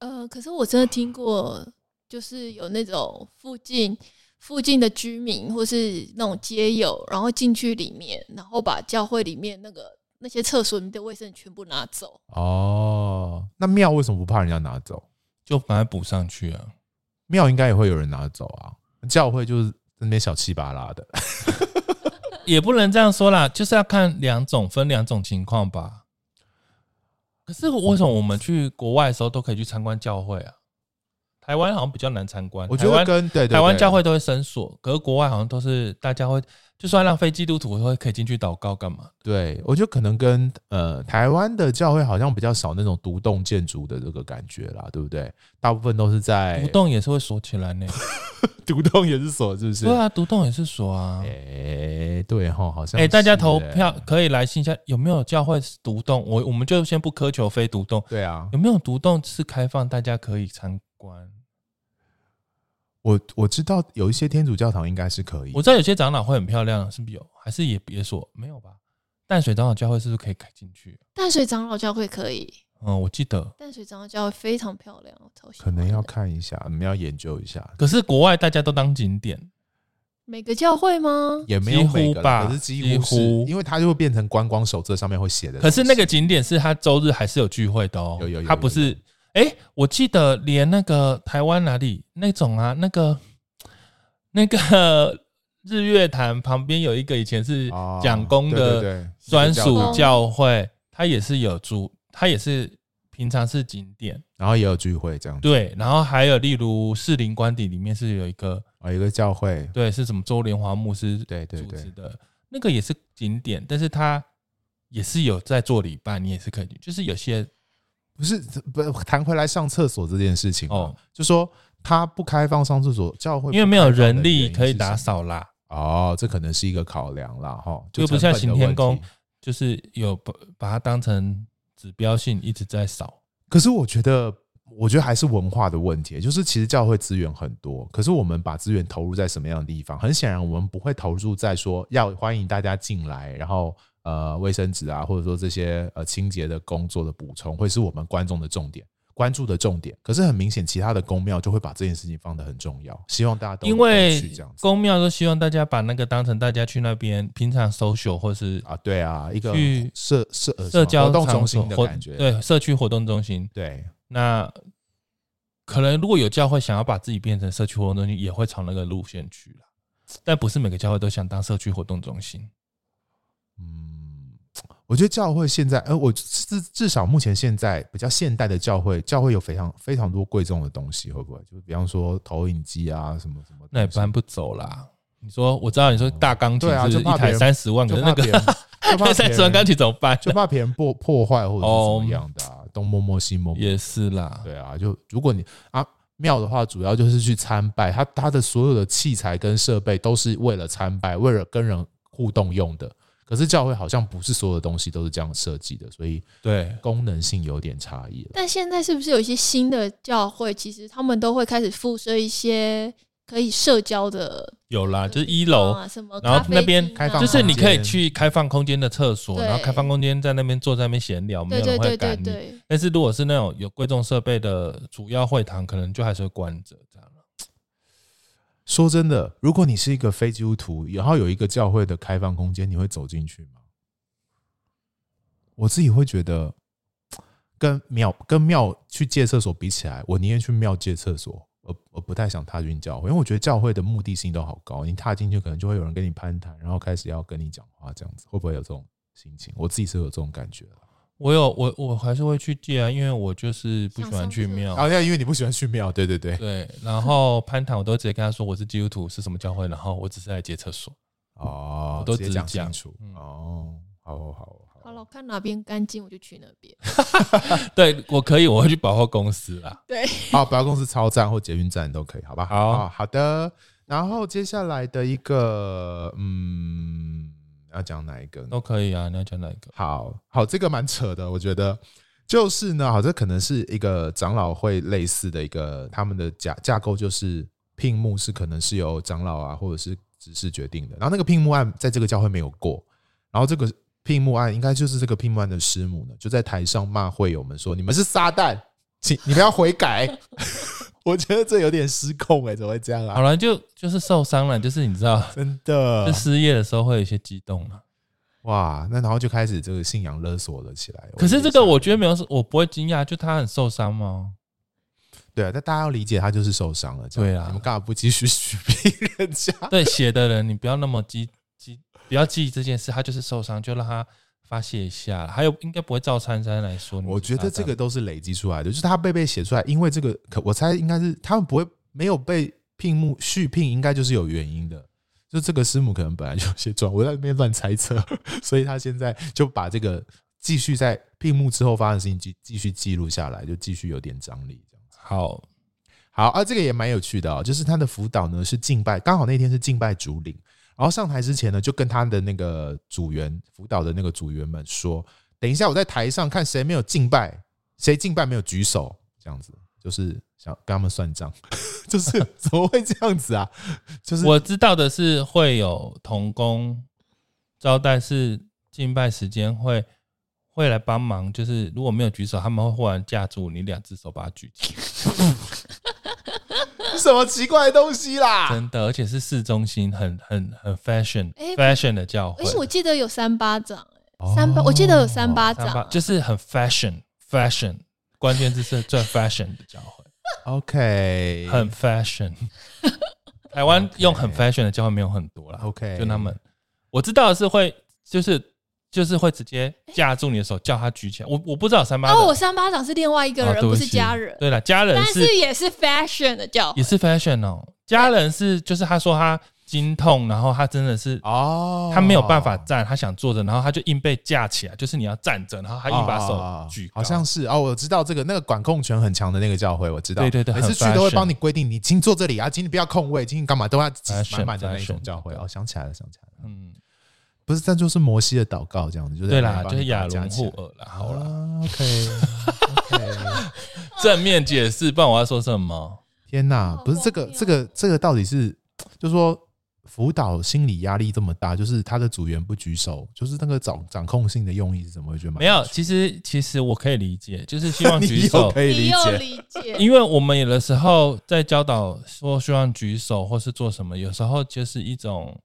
E: 呃，可是我真的听过，就是有那种附近附近的居民或是那种街友，然后进去里面，然后把教会里面那个那些厕所里面的卫生纸全部拿走。
D: 哦，那庙为什么不怕人家拿走？
C: 就赶快补上去啊！
D: 庙应该也会有人拿走啊，教会就是那边小气巴拉的。
C: 也不能这样说啦，就是要看两种，分两种情况吧。可是为
D: 哦
C: 什么我们去国外的时候都可以去参观教会啊？台湾好像比较难参观，
D: 我觉
C: 台
D: 得
C: 湾
D: 跟对对
C: 台湾
D: 对
C: 教会都会伸缩，可是国外好像都是大家会，就算让非基督徒会可以进去祷告干嘛？
D: 对，我觉得可能跟呃台湾的教会好像比较少那种独栋建筑的这个感觉啦，对不对？大部分都是在
C: 独栋也是会锁起 来呢。
D: 独栋也是锁，是不是？
C: 对啊，独栋也是锁啊
D: 哎、。对哈，好像
C: 哎，大家
D: 是
C: 投
D: 哎
C: 票可以来信一下，有没有教会是独栋？我我们就先不苛求非独栋，
D: 对啊，
C: 有没有独栋是开放大家可以参观？
D: 我我知道有一些天主教堂应该是可以
C: 我，知道有些长老会很漂亮，是不是有？还是也别锁？没有吧？淡水长老教会是不是可以开进去？
E: 淡水长老教会可以，
C: 嗯，我记得。
E: 淡水长老教会非常漂亮，我超喜
D: 可
E: 欢的
D: 能要看一下，我们要研究一下，
C: 可是国外大家都当景点，
E: 每个教会吗？
D: 也没有每
C: 几
D: 个
C: 乎
D: 啦
C: 吧
D: 可是几乎
C: 几
D: 是，
C: 乎
D: 因为它就会变成观光手册上面会写的东西。
C: 可是那个景点是他周日还是有聚会的哦，
D: 有有有有
C: 他不是，哎、我记得连那个台湾哪里那种啊，那个那个 日月潭旁边有一个以前是
D: 哦
C: 蒋公
D: 对对
C: 的
D: 对
C: 专
D: 那个教
C: 属
D: 堂
C: 教会，他也是有住，他也是平常是景点，
D: 然后也有聚会这样子，
C: 对，然后还有例如士林官邸里面是有一个，
D: 哦，有一个教会，
C: 对，是什么周莲华牧师
D: 对对
C: 组
D: 对
C: 织的，那个也是景点，但是它也是有在做礼拜，你也是可以去，就是有些
D: 不是不谈回来上厕所这件事情哦
C: 哦，
D: 就说他不开放上厕所，教会
C: 因为没有
D: 不开放的
C: 人力可以
D: 原因是什么
C: 打扫啦，
D: 哦，这可能是一个考量啦，哈，
C: 又不像
D: 成本的
C: 行天
D: 问题
C: 宫。就是有把把它当成指标性一直在扫，
D: 可是我觉得，我觉得还是文化的问题，就是其实教会资源很多，可是我们把资源投入在什么样的地方？很显然，我们不会投入在说要欢迎大家进来，然后呃，卫生纸啊，或者说这些呃清洁的工作的补充，会是我们观众的重点。关注的重点，可是很明显，其他的宫庙就会把这件事情放得很重要，希望大家都
C: 因
D: 都去
C: 为
D: 这样子
C: 公庙都希望大家把那个当成大家去那边平常 social 或是
D: 啊，对啊，一个
C: 去
D: 社社呃
C: 社交
D: 活动中
C: 场所
D: 心的
C: 或
D: 感觉，
C: 对社区活动中心。
D: 对
C: 那可能如果有教会想要把自己变成社区活动中心，也会朝那个路线去了。但不是每个教会都想当社区活动中心。
D: 嗯，我觉得教会现在，呃，我至至少目前现在比较现代的教会，教会有非常非常多贵重的东西，会不会？就是比方说投影机啊，什么什么东西，
C: 那也搬不走啦。你说，我知道你说大钢琴
D: 对啊
C: 是
D: 就
C: 一
D: 怕别
C: 台
D: 人
C: 三十万，可
D: 就是
C: 那
D: 怕别人
C: 个
D: 就
C: 那
D: 怕别
C: 三十万
D: 人
C: 钢琴怎么办？
D: 就怕别人破破坏或者是
C: 哦
D: 怎么样的、啊，东摸摸西摸摸。
C: 也是啦，
D: 对啊，就如果你啊庙的话，主要就是去参拜，它它的所有的器材跟设备都是为了参拜，为了跟人互动用的。可是教会好像不是所有的东西都是这样设计的，所以
C: 对，
D: 功能性有点差异了。
E: 但现在是不是有一些新的教会，其实他们都会开始附设一些可以社交的
C: 有啦，
E: 啊
C: 就是一楼，
E: 啊，什么
C: 然后
E: 咖啡
C: 那边
E: 厅啊
D: 开放
C: 就是你可以
D: 空间
C: 去开放空间的厕所，
E: 对
C: 然后开放空间在那边坐在那边闲聊，没
E: 对
C: 有
E: 对
C: 人会
E: 对对
C: 赶你。
E: 对，
C: 但是如果是那种有贵重设备的主要会堂，可能就还是会关着这样。
D: 说真的，如果你是一个非基督徒，然后有一个教会的开放空间，你会走进去吗？我自己会觉得，跟庙跟庙去借厕所比起来，我宁愿去庙借厕所，而我不太想踏进教会，因为我觉得教会的目的性都好高，你踏进去可能就会有人跟你攀谈，然后开始要跟你讲话，这样子会不会有这种心情？我自己是有这种感觉的。
C: 我有我我还是会去借啊，因为我就是不喜欢去庙。
D: 啊，那因为你不喜欢去庙，对对对，
C: 对，然后攀谈我都直接跟他说我是基督徒，是什么教会，然后我只是来借厕所。
D: 哦，
C: 我都
D: 直接
C: 只
D: 讲清
C: 讲
D: 楚
C: 嗯
D: 哦，好好好
E: 好了，我看哪边干净我就去哪 边。
C: 对我可以，我会去百货公司啦。
E: 对，
D: 好，不要哦公司超站或捷运站都可以，好吧？
C: 好
D: 好好的。然后接下来的一个，嗯，要讲哪一个呢？
C: 都可以啊，你要讲哪一个？
D: 好好，这个蛮扯的，我觉得。就是呢，好，这可能是一个长老会类似的一个他们的架架构，就是聘牧是可能是由长老啊或者是执事决定的。然后那个聘牧案在这个教会没有过，然后这个聘牧案应该就是这个聘牧案的师母呢，就在台上骂会友们说：“你们是撒旦，请你们要悔改。” 我觉得这有点失控哎、怎么会这样
C: 好
D: 啊？
C: 了，就就是受伤了，就是你知道，
D: 真的
C: 就失业的时候会有一些激动啊。
D: 哇，那然后就开始这个信仰勒索了起来。
C: 可是
D: 有
C: 这
D: 点
C: 个
D: 吓
C: 我觉得没有，我不会惊讶，就他很受伤哦吗？
D: 对啊，但大家要理解他就是受伤了。这样
C: 对啊
D: 你们干嘛不继续 许逼 人家？
C: 对写的人，你不要那么激激，不要记这件事，他就是受伤，就让他发泄一下。还有应该不会照珊珊来说，你们
D: 我觉
C: 是
D: 得
C: 撒旦
D: 这个都是累积出来的，就是他被被写出来，因为这个，可我猜应该是他们不会没有被聘牧续聘，应该就是有原因的。就这个师母可能本来就有些状，我在那边乱猜测， 所以他现在就把这个继续在聘牧之后发生的事情继继续记录下来，就继续有点张力这样。
C: 好，
D: 好啊，这个也蛮有趣的哦，就是他的辅导呢是敬拜，刚好那天是敬拜主领，然后上台之前呢，就跟他的那个组员辅导的那个组员们说，等一下我在台上看谁没有敬拜，谁敬拜没有举手，这样子就是想跟他们算账， 就是怎么会这样子啊？就是
C: 我知道的是会有童工招待是敬拜时间会会来帮忙，就是如果没有举手，他们会忽然架住你两只手把它举起，
D: 什么奇怪的东西啦？
C: 真的，而且是市中心很很很 fashion、
E: 哎
C: fashion 的教会
E: 而且，我记得有三巴掌，
D: 哦
E: 三巴，我记得有三巴
C: 三八
E: 掌，
C: 就是很 fashion fashion，关键字是最 fashion 的教会。
D: 哦 OK，
C: 很 fashion。台湾用很 fashion 的教会没有很多啦
D: OK
C: 就他们我知道的是会就是就是会直接架住你的手，叫他举起来。我我不知道有三八
E: 然哦后我
C: 的，
E: 三巴掌是另外一个
C: 哦
E: 人，
C: 对
E: 不
C: 起
E: 是家人，
C: 对了，家人
E: 但
C: 是
E: 是也是 fashion 的叫
C: 也是 fashion 哦，家人是就是他说他经痛，然后他真的是
D: 哦，
C: 他没有办法站，他想坐着，然后他就硬被架起来，就是你要站着，然后他硬把
D: 啊
C: 手举高，
D: 哦好像是哦，我知道这个那个管控权很强的那个教会，我知道，
C: 对对对
D: 每次
C: 很
D: 去都会
C: fashion
D: 帮你规定，你请坐这里啊，请你不要空位，请你干嘛都要挤
C: Fashion，
D: 满满的那一种
C: fashion，
D: 教会。哦，想起来了，想起来了，
C: 嗯，
D: 不是，这就是摩西的祷告这样子，就是
C: 对
D: 来
C: 啦，
D: 帮
C: 就
D: 你
C: 是亚
D: 把它
C: 伦
D: 架
C: 霍
D: 起来
C: 尔啦，好
E: 哦
C: 啦，
D: 啊，OK，OK，
C: 正面解释，不然我要说什么？
D: 天哪
E: 好，
D: 不是这个
E: 荒谬
D: 这个这个到底是，就是说辅导心理压力这么大，就是他的组员不举手，就是那个掌掌控性的用意是什么？我觉得蛮
C: 没有，其实其实我可以理解，就是希望举
D: 你又
C: 手，
D: 可以
E: 你
D: 理
E: 又
D: 解，
E: 理 解，
C: 因为我们有的时候在教导说希望举手或是做什么，有时候就是一种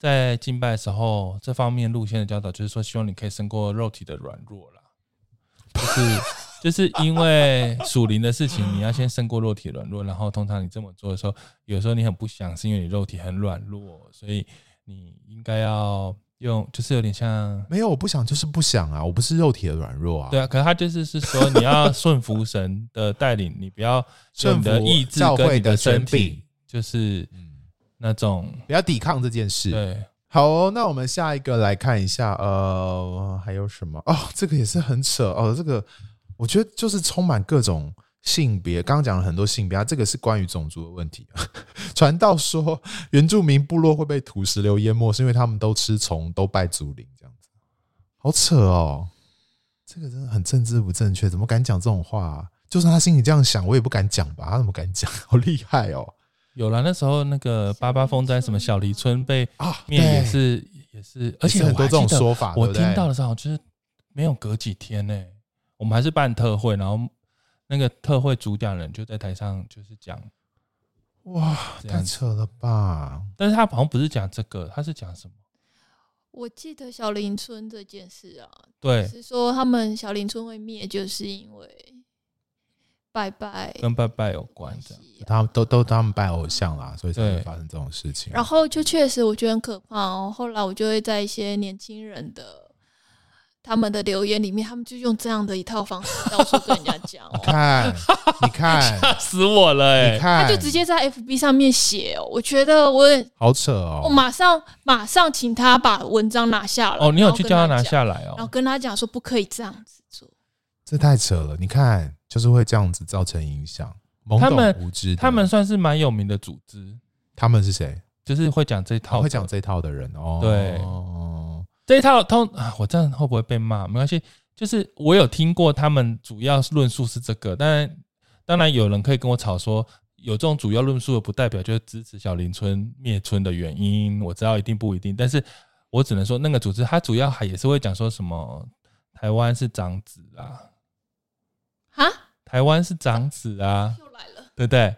C: 在敬拜的时候这方面路线的教导，就是说希望你可以胜过肉体的软弱啦， 就是就是因为属灵的事情，你要先胜过肉体的软弱，然后通常你这么做的时候，有时候你很不想，是因为你肉体很软弱，所以你应该要用，就是有点像。
D: 没有，我不想就是不想啊，我不是肉体的软弱啊，
C: 对啊，可是他就是是说，你要顺服神的带领，你不要用你的
D: 顺服
C: 意志
D: 教
C: 跟
D: 会
C: 你
D: 的
C: 身
D: 权柄
C: 体，就是
D: 嗯，
C: 那种
D: 不要抵抗这件事。
C: 对，
D: 好哦，那我们下一个来看一下，呃，还有什么？哦，这个也是很扯哦，这个我觉得就是充满各种性别，刚刚讲了很多性别，啊、这个是关于种族的问题。啊 传道说原住民部落会被土石流淹没，是因为他们都吃虫，都拜祖灵，这样子，好扯哦。这个真的很政治不正确，怎么敢讲这种话、啊？就算他心里这样想，我也不敢讲吧？他怎么敢讲？好厉害哦！
C: 有了那时候那个八八风灾，什么小黎村被
D: 啊，
C: 灭也
D: 对
C: 是也是，而且
D: 很多这种
C: 法，
D: 说法，
C: 我
D: 对不对
C: 听到的时候就是没有隔几天呢、我们还是办特会，然后那个特会主讲人就在台上就是讲
D: 哇，
C: 这
D: 太
C: 样子，
D: 扯了吧！
C: 但是他好像不是讲这个，他是讲什么？
E: 我记得小林村这件事啊，
C: 对，
E: 是说他们小林村会灭，就是因为拜拜
C: 跟拜拜有关
E: 关
C: 这样。
E: 系啊、
D: 他们都都他们拜偶像啦，所以才
C: 对
D: 会发生这种事情。
E: 然后就确实我觉得很可怕哦。后来我就会在一些年轻人的他们的留言里面，他们就用这样的一套方式到处跟人家 讲、
D: 你
E: 哦。
D: 看，你看，
C: 吓死我了哎、
D: 你看，
E: 他就直接在 FB 上面写哦，我觉得我很
D: 好扯
E: 我
D: 哦。
E: 马上马上请他把文章拿下来。
C: 哦，你有去叫他
E: 然后跟
C: 拿
E: 讲，
C: 下来
E: 然后
C: 哦？
E: 跟他讲说不可以这样子做。
D: 这太扯了。你看，就是会这样子造成影响。懵
C: 他们
D: 懂无知的，
C: 他们算是蛮有名的组织，
D: 他们是谁？
C: 就是会讲这套
D: 他
C: 的，
D: 会讲这套的人哦。
C: 对这一套通啊，我这样会不会被骂？没关系，就是我有听过他们主要论述是这个，但当然有人可以跟我吵说，有这种主要论述的不代表就是支持小林村灭村的原因，我知道一定不一定，但是我只能说那个组织它主要还也是会讲说什么台湾是长子啊，
E: 哈，
C: 台湾是长子啊，
E: 又来了。
C: 对不对？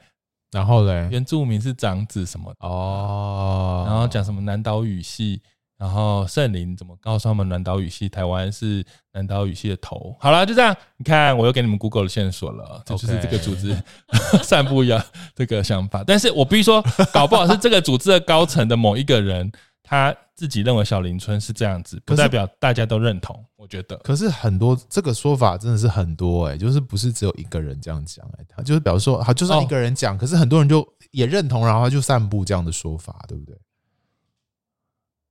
D: 然后嘞，
C: 原住民是长子什么的
D: 哦，
C: 然后讲什么南岛语系，然后圣灵怎么告诉他们南岛语系，台湾是南岛语系的头。好了，就这样，你看我又给你们 Google 的线索了，这就是这个组织 散布要这个想法。但是我必须说，搞不好是这个组织的高层的某一个人，他自己认为小林村是这样子，不
D: 可是
C: 代表大家都认同。我觉得，
D: 可是很多这个说法真的是很多哎、就是不是只有一个人这样讲哎、他就是比如说，好，就算一个人讲，可是很多人就也认同，然后他就散布这样的说法，对不对？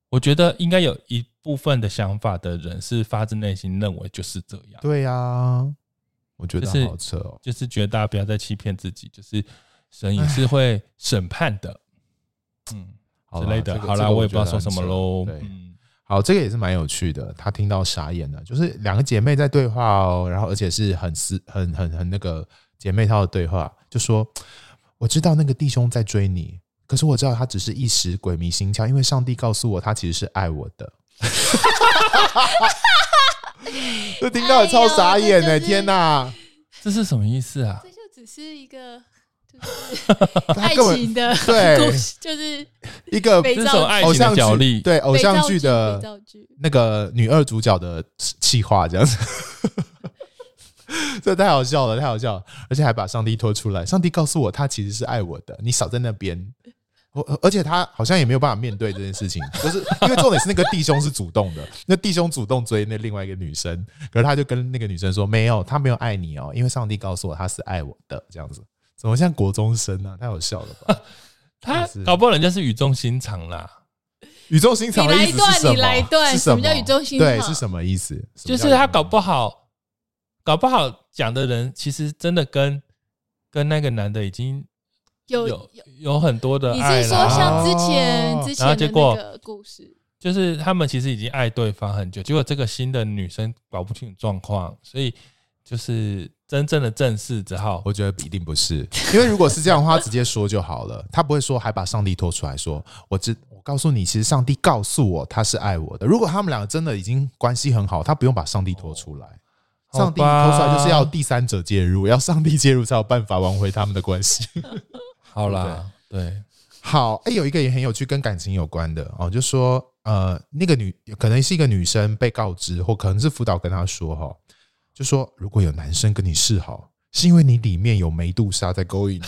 C: 我觉得应该有一部分的想法的人是发自内心认为就是这样。
D: 对呀、我觉得
C: 就是
D: 好扯哦、
C: 就是觉得大家不要再欺骗自己，就是神也是会审判的，嗯
D: 好
C: 之
D: 啦
C: 类的。
D: 这个
C: 好
D: 这
C: 啦，
D: 个
C: 我
D: 我
C: 也不知道
D: 觉
C: 说
D: 得
C: 什么
D: 很扯
C: 喽。
D: 对
C: 嗯，
D: 好，这个也是蛮有趣的。他听到傻眼了，就是两个姐妹在对话哦，然后而且是很私、很很很那个姐妹套的对话，就说：“我知道那个弟兄在追你，可是我知道他只是一时鬼迷心窍，因为上帝告诉我他其实是爱我的。” 这听到也超傻眼呢、
E: 哎呦这就是
D: 天哪，
C: 这是什么意思啊
E: 这？就只是一个 就是
D: 他
E: 爱
D: 根本
E: 情的
D: 对
E: 故事，就是
D: 一个
E: 肥
C: 这是什么爱
D: 偶
C: 情的
D: 像
C: 角
D: 剧
C: 力？
D: 对偶像剧
E: 肥
D: 的
E: 皂剧。
D: 那个女二主角的气话这样子。 这太好笑了，太好笑了，而且还把上帝拖出来。上帝告诉我，他其实是爱我的。你少在那边，我而且他好像也没有办法面对这件事情， 就是因为重点是那个弟兄是主动的，那弟兄主动追那另外一个女生，可是他就跟那个女生说没有，他没有爱你哦，因为上帝告诉我他是爱我的，这样子，怎么像国中生呢、太好笑了吧？
C: 他
D: 是
C: 搞不好人家是语重心长啦，
D: 宇宙心肠的意思是什么？
E: 你来一段
D: 是什
E: 你来一段什么叫宇宙心肠
D: 对，是什么意思？
C: 就是他搞不
D: 好
C: 好，搞不好讲的人其实真的跟跟那个男的已经
E: 有
C: 有有很多的
E: 你
C: 爱
E: 是说
C: 啦
E: 像之前、
D: 哦
E: 之
C: 然后
E: 前
C: 结
E: 的
C: 果
E: 那个故事？
C: 就是他们其实已经爱对方很久，结果这个新的女生搞不清楚状况，所以就是真正的正式只好
D: 我觉得一定不是，因为如果是这样的话，直接说就好了，他不会说还把上帝拖出来说，我知我告诉你，其实上帝告诉我他是爱我的。如果他们两个真的已经关系很好，他不用把上帝拖出来。上帝拖出来就是要第三者介入，要上帝介入才有办法挽回他们的关系。
C: 好啦，对，
D: 好，哎、有一个也很有趣，跟感情有关的哦，就说呃，那个女可能是一个女生被告知，或可能是辅导跟她说哈、哦，就说如果有男生跟你示好，是因为你里面有梅杜莎在勾 引你。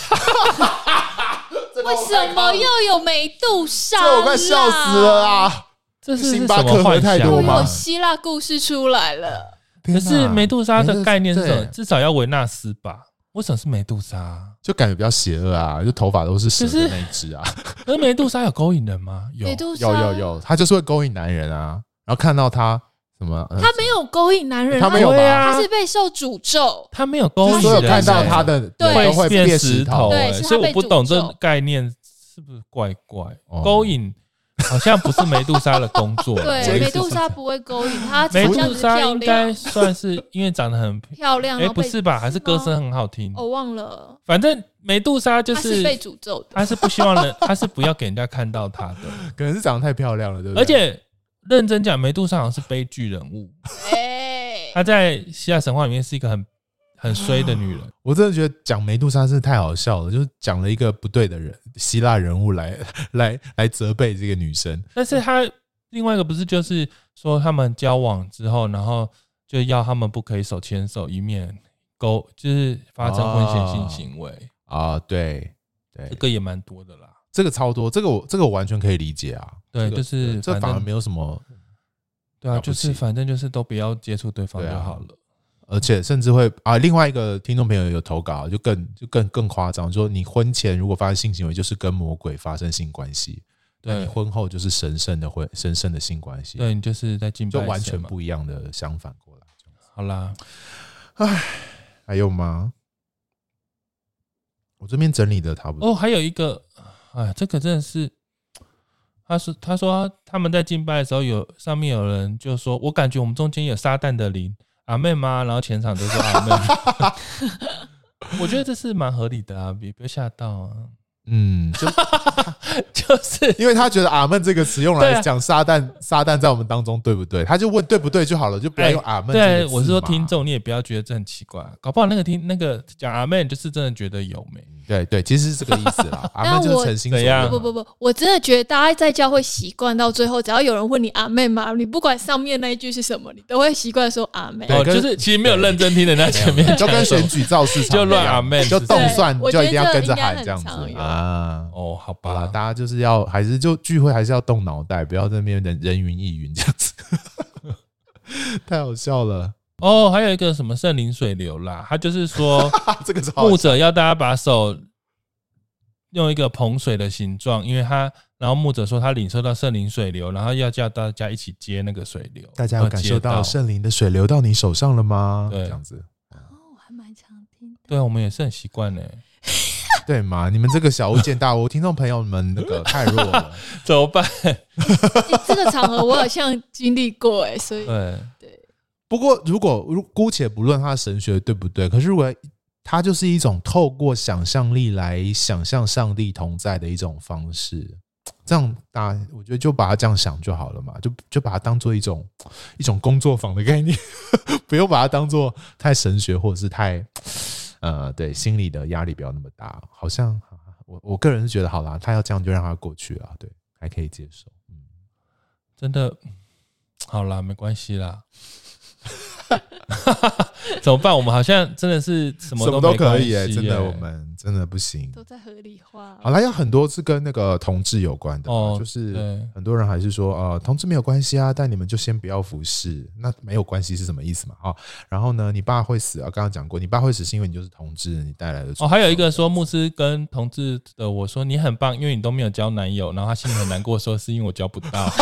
E: 为什么又有梅杜莎？
D: 这我快笑死了！啊！
C: 这是
D: 星巴克
C: 什么幻
D: 喝太
C: 想
D: 多
E: 我
C: 啊
D: 吗
E: 有希腊故事出来了，
C: 可
D: 天
C: 是
D: 哪
C: 梅杜莎的概念是什么？
D: 对
C: 至少要维纳斯吧？为什么是梅杜莎啊？
D: 就感觉比较邪恶啊，就头发都是蛇
C: 就是
D: 的那一只啊，
C: 可是梅杜莎有勾引人吗？有
E: 梅，杜莎
D: 有有，有，他就是会勾引男人啊，然后看到他什么，呃
E: 他没有勾引男人，
D: 他没有
C: 对
D: 吧？
C: 啊
E: 他是备受诅咒。
C: 她没有
D: 就
C: 勾
D: 是
C: 引
D: 所有
C: 人欸，
D: 看到他的
E: 对
D: 人都会
C: 变
D: 变
C: 石
D: 石
C: 头
D: 头，
C: 欸，
E: 对是她
C: 所以我
E: 被
C: 不
E: 诅
C: 懂这
E: 咒，
C: 概念是不是怪怪
D: 哦？
C: 勾引好像不是梅杜莎的工作我
E: 对，
C: 的意
E: 梅
C: 思
E: 杜
C: 是
E: 莎不会勾引，她
C: 梅
E: 长相
C: 杜
E: 子
C: 莎
E: 漂
C: 应该
E: 亮，
C: 算是因为长得 很漂
E: 漂亮。
C: 亮，
E: 然
C: 哎，
E: 后
C: 不
E: 被
C: 是吧？还是歌
E: 吗
C: 声很好听。
E: 我忘了，
C: 反正梅杜莎就
E: 她是被
C: 是
E: 诅咒 的。
C: 她是不希望人，她是不要给人家看到她的。
D: 可能是长得太漂亮了，对不对？
C: 而且认真讲，梅杜莎好像是悲剧人物，
E: 哎，
C: 她在希腊神话里面是一个很很衰的女人。
D: 我真的觉得讲梅杜莎真是太好笑了，就是讲了一个不对的人，希腊人物来 来来责备这个女生，
C: 但是她另外一个不是就是说他们交往之后，然后就要他们不可以手牵手，以免勾就是发生婚前性行为，
D: 啊，对对
C: 这，个也蛮多的啦。
D: 这个超多，这个我这个我完全可以理解啊，
C: 对
D: 这个
C: 就是
D: 这
C: 反
D: 反而
C: 正
D: 没有什么，
C: 对啊，
D: 了不
C: 就
D: 起
C: 是反正就是都不要接触对方
D: 对啊
C: 就好了。
D: 而且甚至会啊，另外一个听众朋友有投稿，啊就更就更更夸张，说你婚前如果发生性行为，就是跟魔鬼发生性关系，那
C: 对
D: 你婚后就是神圣的婚神圣的性关系，
C: 对，，你就是在敬拜
D: 就
C: 神
D: 完全
C: 嘛。
D: 不一样的相反过来。
C: 好啦，
D: 还有吗？我这边整理的差不多。
C: 哦，还有一个，哎，这个真的是，他说他说他们在敬拜的时候有上面有人就说，我感觉我们中间有撒旦的灵，阿妹吗？然后全场都说阿妹。 我觉得这是蛮合理的啊，也不要吓到啊，
D: 嗯，就
C: 就是
D: 因为他觉得“阿门”这个词用
C: 对啊
D: 来讲撒旦，撒旦在我们当中对不对？他就问对不对就好了，就不要用“阿门”。
C: 哎对，我是说听，众，你也不要觉得这很奇怪，搞不好那个听那个讲阿妹就是真的觉得有没？
D: 对对，其实是这个意思 啦。阿门就是诚心所
C: 怎样
D: 愿。
E: 不不不，我真的觉得大家在教会习惯到最后，只要有人问你阿妹吗？你不管上面那一句是什么，你都会习惯说阿妹。
C: 哦，
D: 跟
C: 就是其实没有认真听人家前面
D: 你就
C: 讲
D: 跟
C: 什么
D: 选举造势场
C: 就乱
D: 一样
C: amen
D: 就动算，
E: 对
D: 你就一定要跟着喊
E: 我觉得这
D: 这样子
E: 应该很常有
D: 啊。
C: 哦，好
D: 好
C: 吧
D: 了，，大家就是要还是就聚会还是要动脑袋，不要在那边人人云亦云这样子， 太好笑了。
C: 哦，还有一个什么圣灵水流啦，他就是 说
D: 这个是好
C: 牧者要大家把手用一个捧水的形状，因为他，然后牧者说他领受到圣灵水流，然后要叫大家一起接那个水流。
D: 大家有感受到
C: 呃接
D: 圣灵的水流到你手上了吗？
C: 对
D: 这样子，
E: 哦，还蛮常听
C: 对啊，我们也是很习惯呢。
D: 对嘛？你们这个小巫见大巫，听众朋友们那个太弱了。
C: 怎么办？
E: 的、这个场合，我好像经历过哎、所 以
C: 对，
D: 不过，如果如姑且不论他神学对不对，可是如果它就是一种透过想象力来想象上帝同在的一种方式，这样大家我觉得就把它这样想就好了嘛，就就把它当做一种一种工作坊的概念， 不用把它当做太神学或者是太呃对心理的压力不要那么大。好像我我个人是觉得好啦，他要这样就让他过去啊，对，还可以接受。嗯，
C: 真的好啦，没关系啦。 怎么办？我们好像真的是什么
D: 什
C: 都
D: 么都
C: 没关
D: 可
C: 系
D: 以、
C: 耶
D: 真的，我们真的不行。
E: 都在合理化。
D: 好啦，有很多是跟那个同志有关的嘛，
C: 哦
D: 就是
C: 对
D: 很多人还是说，呃，同志没有关系啊，但你们就先不要服侍。那没有关系是什么意思嘛？哈、然后呢，你爸会死啊，刚刚讲过，你爸会死是因为你就是同志，你带来的
C: 哦，还有一个说牧师跟同志的我说你很棒，因为你都没有交男友，然后他心里很难过，说是因为我交不到。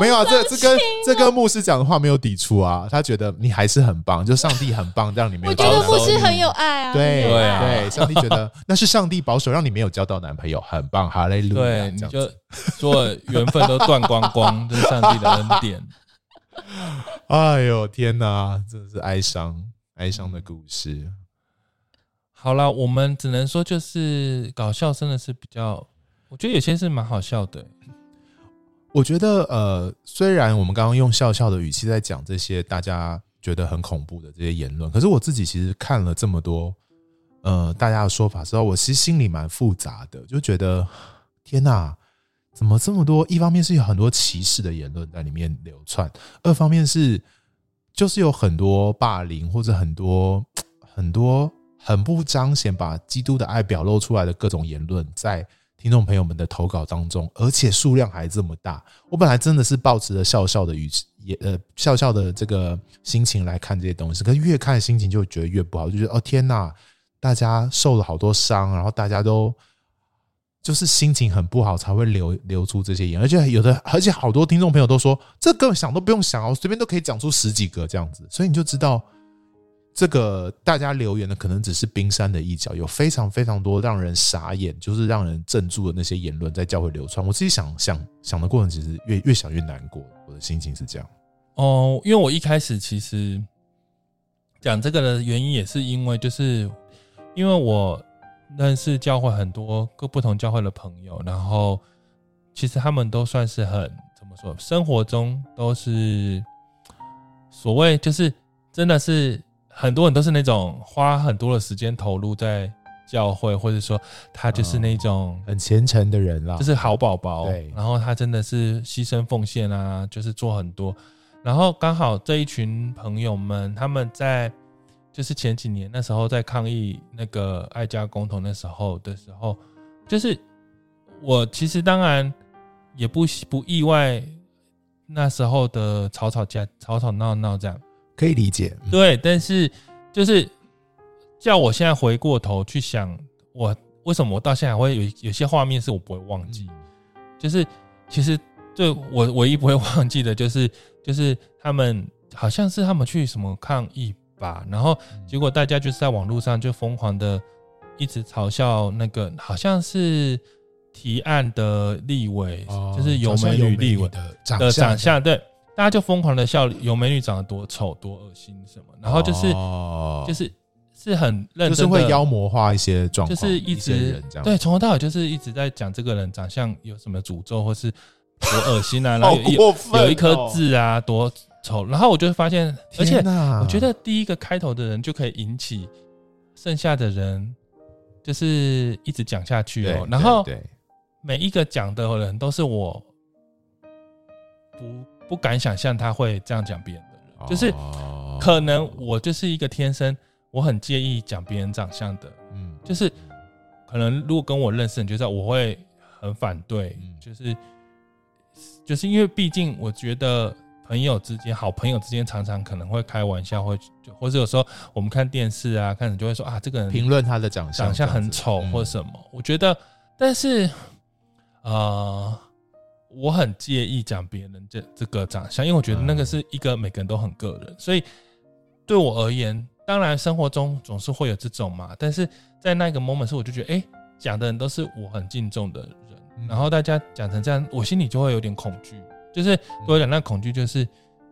D: 没有啊，这这跟这跟牧师讲的话没有抵触啊，他觉得你还是很棒，就上帝很棒，让你没
E: 我
D: 有
E: 觉
D: 交到
E: 得
D: 男
E: 牧
D: 朋
E: 师
D: 友。
E: 很有爱啊，
D: 对
E: 很有爱
C: 对啊
D: 对，上帝觉得那是上帝保守，让你没有交到男朋友，很棒，哈利路亚。
C: 对，
D: 这
C: 你
D: 样
C: 就
D: 子
C: 所有缘分都断光 光，这是上帝的恩典。
D: 哎呦天哪，真的是哀伤哀伤的故事。
C: 好啦，我们只能说就是搞笑真的是比较，我觉得有些是蛮好笑的、
D: 我觉得呃，虽然我们刚刚用笑笑的语气在讲这些大家觉得很恐怖的这些言论，可是我自己其实看了这么多呃大家的说法之后，我其实心里蛮复杂的，就觉得天哪，怎么这么多？一方面是有很多歧视的言论在里面流窜，二方面是就是有很多霸凌或者很多很多很不彰显把基督的爱表露出来的各种言论在。听众朋友们的投稿当中，而且数量还这么大，我本来真的是抱持着笑笑的语气，也呃笑笑的这个心情来看这些东西，可是越看心情就觉得越不好，就觉得哦天哪，大家受了好多伤，然后大家都就是心情很不好才会流流出这些言，而且有的，而且好多听众朋友都说，这根本想都不用想啊，我随便都可以讲出十几个这样子，所以你就知道。这个大家留言的可能只是冰山的一角，有非常非常多让人傻眼，就是让人镇住的那些言论在教会流传。我自己想想想的过程，其实越越想越难过，我的心情是这样。
C: 哦，因为我一开始其实讲这个的原因也是因为，就是因为我认识教会很多各不同教会的朋友，然后其实他们都算是很怎么说，生活中都是所谓就是真的是很多人都是那种花很多的时间投入在教会，或者说他就是那种
D: 很虔诚的人啦，
C: 就是好宝宝
D: 对，
C: 然后他真的是牺牲奉献啊，就是做很多。然后刚好这一群朋友们，他们在就是前几年那时候在抗议那个爱家公投那时候的时候，就是我其实当然也不不意外那时候的吵吵架、吵吵闹闹这样。
D: 可以理解。嗯
C: 对，但是就是叫我现在回过头去想，我为什么我到现在还会有有些画面是我不会忘
D: 嗯
C: 记，就是其实对我唯一不会忘记的就是就是他们好像是他们去什么抗议吧，然后
D: 嗯
C: 结果大家就是在网络上就疯狂的一直嘲笑那个好像是提案的立委，
D: 哦
C: 就是有
D: 好像
C: 美女立委。
D: 的长
C: 的长相，对，大家就疯狂的笑有美女长得多丑、多恶心什么，然后就是、
D: 哦
C: 就是是很呃认真
D: 就
C: 的，
D: 是会妖魔化一些状
C: 就
D: 况，
C: 是一
D: 哦些
C: 直
D: 人这样
C: 对，从头到尾就是一直在讲这个人长相有什么诅咒，或是多恶心 啊，然
D: 好
C: 后有
D: 过分哦
C: 有一颗痣啊，多丑，然后我就发现，而且
D: 天哪
C: 我觉得第一个开头的人就可以引起剩下的人。就是一直讲下去
D: 对
C: 哦，，然后
D: 对对
C: 每一个讲的人都是我不不敢想象他会这样讲别人的人， 就是
D: 哦
C: 可能我就是一个天生我很介意讲别人长相的，
D: 嗯
C: 就是可能如果跟我认识，你就知道我会很反对，
D: 嗯
C: 就是就是因为毕竟我觉得朋友之间、好朋友之间常常可能会开玩笑，会或者有时候我们看电视啊，看你就会说啊，这个人
D: 评论他的长相，
C: 长相很
D: 这
C: 丑
D: 样子嗯
C: 或什么。我觉得，但是，呃，我很介意讲别人这这个长相，因为我觉得那
D: 嗯
C: 个是一个每个人都很个人，所以对我而言，当然生活中总是会有这种嘛，但是在那个 moment 时，我就觉得，哎、讲的人都是我很敬重的人，
D: 嗯
C: 然后大家讲成这样，我心里就会有点恐惧，
D: 嗯
C: 就是对我讲那恐惧就是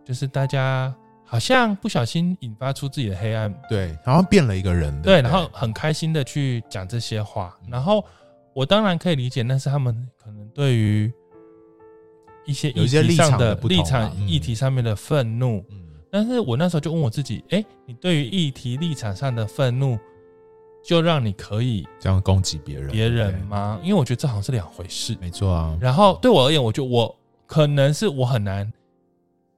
C: 就是大家。好像不小心引发出自己的黑暗，
D: 对，然后变了一个人，不
C: 对，然后很开心的去讲这些话，然后我当然可以理解，那是他们可能对于一些
D: 有一些
C: 议题
D: 立
C: 上
D: 场的
C: 的
D: 不同
C: 立
D: 啊
C: 场
D: 嗯
C: 议题上面的愤怒，
D: 嗯
C: 但是我那时候就问我自己，哎，你对于议题立场上的愤怒，就让你可以
D: 这样攻击别人，
C: 别人
D: 对
C: 吗？因为我觉得这好像是两回事。
D: 没错啊，
C: 然后对我而言，我觉得我可能是我很难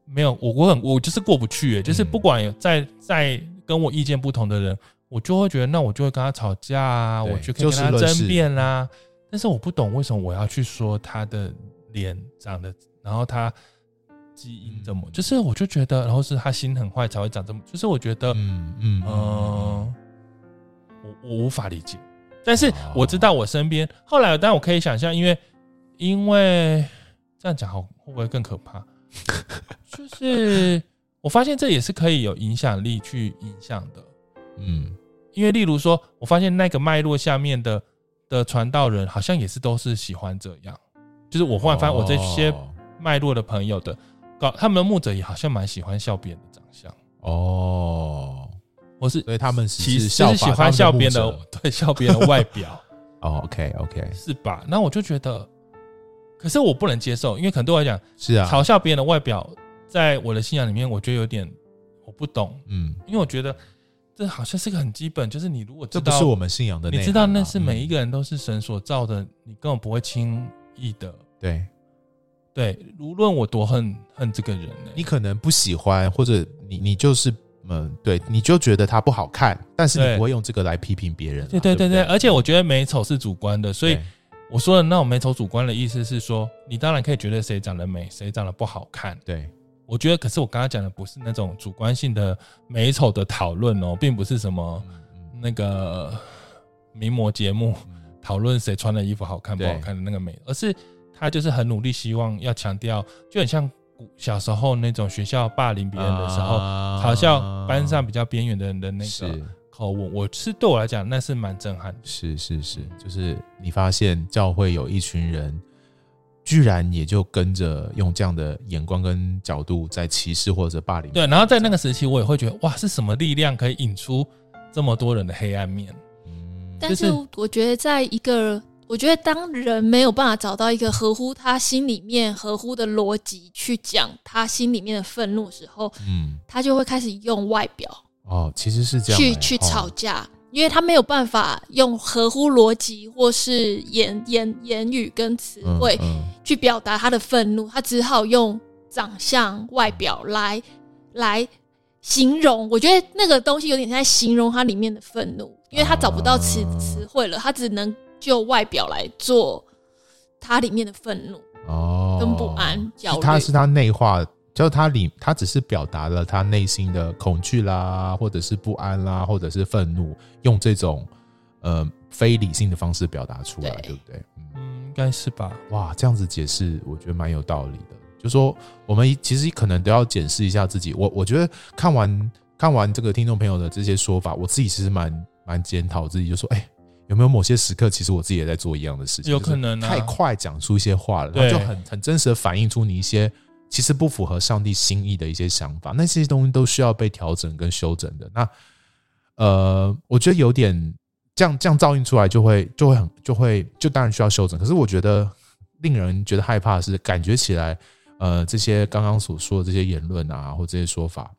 C: 没有我我很我就是过不去耶，就是
D: 嗯
C: 不管有再再跟我意见不同的人，我就会觉得那我就会跟他吵架啊，
D: 对
C: 我去
D: 就
C: 跟
D: 事
C: 他
D: 论事
C: 争辩啦、啊但是我不懂为什么我要去说他的脸长得，然后他基因怎么，
D: 嗯
C: 就是我就觉得，然后是他心很坏才会长这么，就是我觉得，嗯、
D: 嗯嗯
C: 哦
D: 嗯，
C: 呃我我无法理解。但是我知道我身边后来，但我可以想象，因为因为这样讲好会不会更可怕？ 就是我发现这也是可以有影响力去影响的，
D: 嗯，
C: 因为例如说，我发现那个脉络下面的的传道人好像也是都是喜欢这样，就是我忽然发现我这些
D: 哦
C: 脉络的朋友的搞他们的牧者也好像蛮喜欢笑别人的长相，
D: 哦，
C: 或是
D: 所以他们
C: 其
D: 其
C: 实
D: 实
C: 是喜欢笑别人的
D: 哦
C: 对笑别人的外 表。
D: ，OK OK，
C: 是吧？那我就觉得，可是我不能接受，因为可能对我来讲，
D: 是啊，
C: 嘲笑别人的外表，在我的信仰里面，我觉得有点我不懂，
D: 嗯，
C: 因为我觉得这好像是个很基本，就是你如果知
D: 这
C: 道
D: 不是我们信仰的内
C: 你
D: 涵啊，
C: 知道那是每一
D: 嗯
C: 个人都是神所造的，你根本不会轻易的。
D: 对
C: 对，无论我多恨恨这个人、呢，
D: 你可能不喜欢，或者你你就是嗯，对，你就觉得他不好看，但是
C: 对
D: 你不会用这个来批评别人啊，
C: 对
D: 对
C: 对对
D: 不
C: 对，而且我觉得美丑是主观的，所以
D: 对
C: 我说的那种美丑主观的意思是说，你当然可以觉得谁长得美，谁长得不好看，
D: 对
C: 我觉得，可是我刚刚讲的不是那种主观性的美丑的讨论哦，并不是什么
D: 嗯
C: 那个名模节目
D: 嗯
C: 讨论谁穿的衣服好看不
D: 对
C: 好看的那个美，而是他就是很努力，希望要强调，就很像古小时候那种学校霸凌别人的时候，
D: 啊
C: 嘲笑班上比较边缘的人的那个
D: 是
C: 口吻，我是对我来讲那是蛮震撼的。
D: 啊是是是，就是你发现教会有一群人，居然也就跟着用这样的眼光跟角度在歧视或者霸凌。
C: 对，然后在那个时期，我也会觉得哇，是什么力量可以引出这么多人的黑暗面？
D: 嗯，
E: 但
C: 就是是
E: 我觉得，在一个我觉得当人没有办法找到一个合乎他心里面合乎的逻辑去讲他心里面的愤怒的时候，
D: 嗯，
E: 他就会开始用外表
D: 哦，其实是这样、
E: 去
D: 欸
E: 去
D: 哦
E: 吵架，因为他没有办法用合乎逻辑或是言言言语跟词
D: 嗯
E: 汇
D: 嗯
E: 去表达他的愤怒，他只好用长相、外表来来形容。我觉得那个东西有点在形容他里面的愤怒，因为他找不到词
D: 啊
E: 词汇了，他只能就外表来做他里面的愤怒
D: 哦，
E: 跟不安、焦
D: 是
E: 虑。
D: 他是他内化，就是他里他只是表达了他内心的恐惧啦，或者是不安啦，或者是愤怒，用这种呃非理性的方式表达出来，
E: 对
D: 对不对？嗯。
C: 嗯，应该是吧。
D: 哇，这样子解释，我觉得蛮有道理的。就说我们其实可能都要检视一下自己。我我觉得看完看完这个听众朋友的这些说法，我自己其实蛮蛮检讨自己，就说哎、有没有某些时刻，其实我自己也在做一样的事情，
C: 有可能啊
D: 就是太快讲出一些话了，然
C: 对
D: 后就很很真实的反映出你一些其实不符合上帝心意的一些想法，那些东西都需要被调整跟修整的。那呃，我觉得有点这样这样照应出来就会就会很就会就当然需要修整，可是我觉得令人觉得害怕的是，感觉起来，呃，这些刚刚所说的这些言论啊，或这些说法，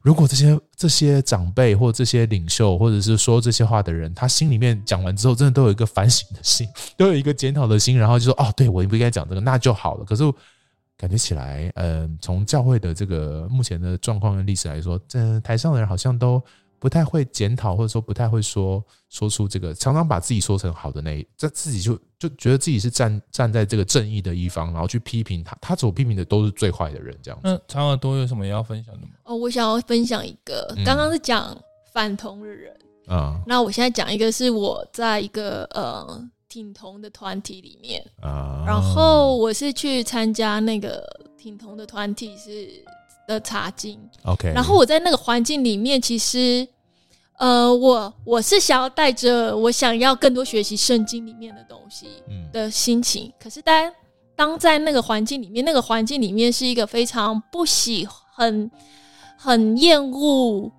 D: 如果这些这些长辈或这些领袖，或者是说这些话的人，他心里面讲完之后，真的都有一个反省的心，都有一个检讨的心，然后就说哦，对我不应该讲这个，那就好了。可是感觉起来，嗯、从教会的这个目前的状况跟历史来说，这台上的人好像都不太会检讨，或者说不太会说说出这个，常常把自己说成好的那一，这自己就就觉得自己是站站在这个正义的一方，然后去批评他，他所批评的都是最坏的人，这样子。
C: 那长耳朵有什么要分享的吗？
E: 哦，我想要分享一个，
D: 嗯
E: 刚刚是讲反同的人。
D: 啊
E: 那我现在讲一个是我在一个呃挺同的团体里面，
D: 啊
E: 然后我是去参加那个挺同的团体是的查经，
D: OK，
E: 然后我在那个环境里面，其实呃我我是想要带着我想要更多学习圣经里面的东西
D: 嗯
E: 的心情，可是当当在那个环境里面，那个环境里面是一个非常不喜很很厌恶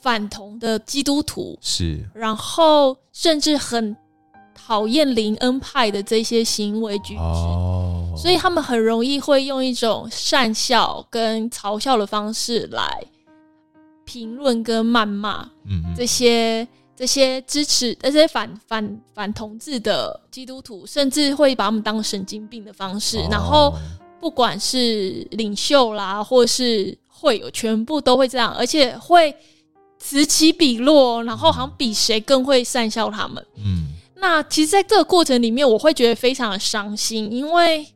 E: 反同的基督徒，
D: 是
E: 然后甚至很讨厌林恩派的这些行为
C: 嗯
E: 举止，
D: 哦，
E: 所以他们很容易会用一种善笑跟嘲笑的方式来评论跟谩骂
D: 嗯嗯
E: 这些。这些支持这些反反反同志的基督徒，甚至会把他们当神经病的方式，
D: 哦
E: 然后不管是领袖啦，或是会有，全部都会这样，而且会此起彼落，然后好像比谁更会善笑他们。
D: 嗯
E: 那其实，在这个过程里面，我会觉得非常的伤心，因为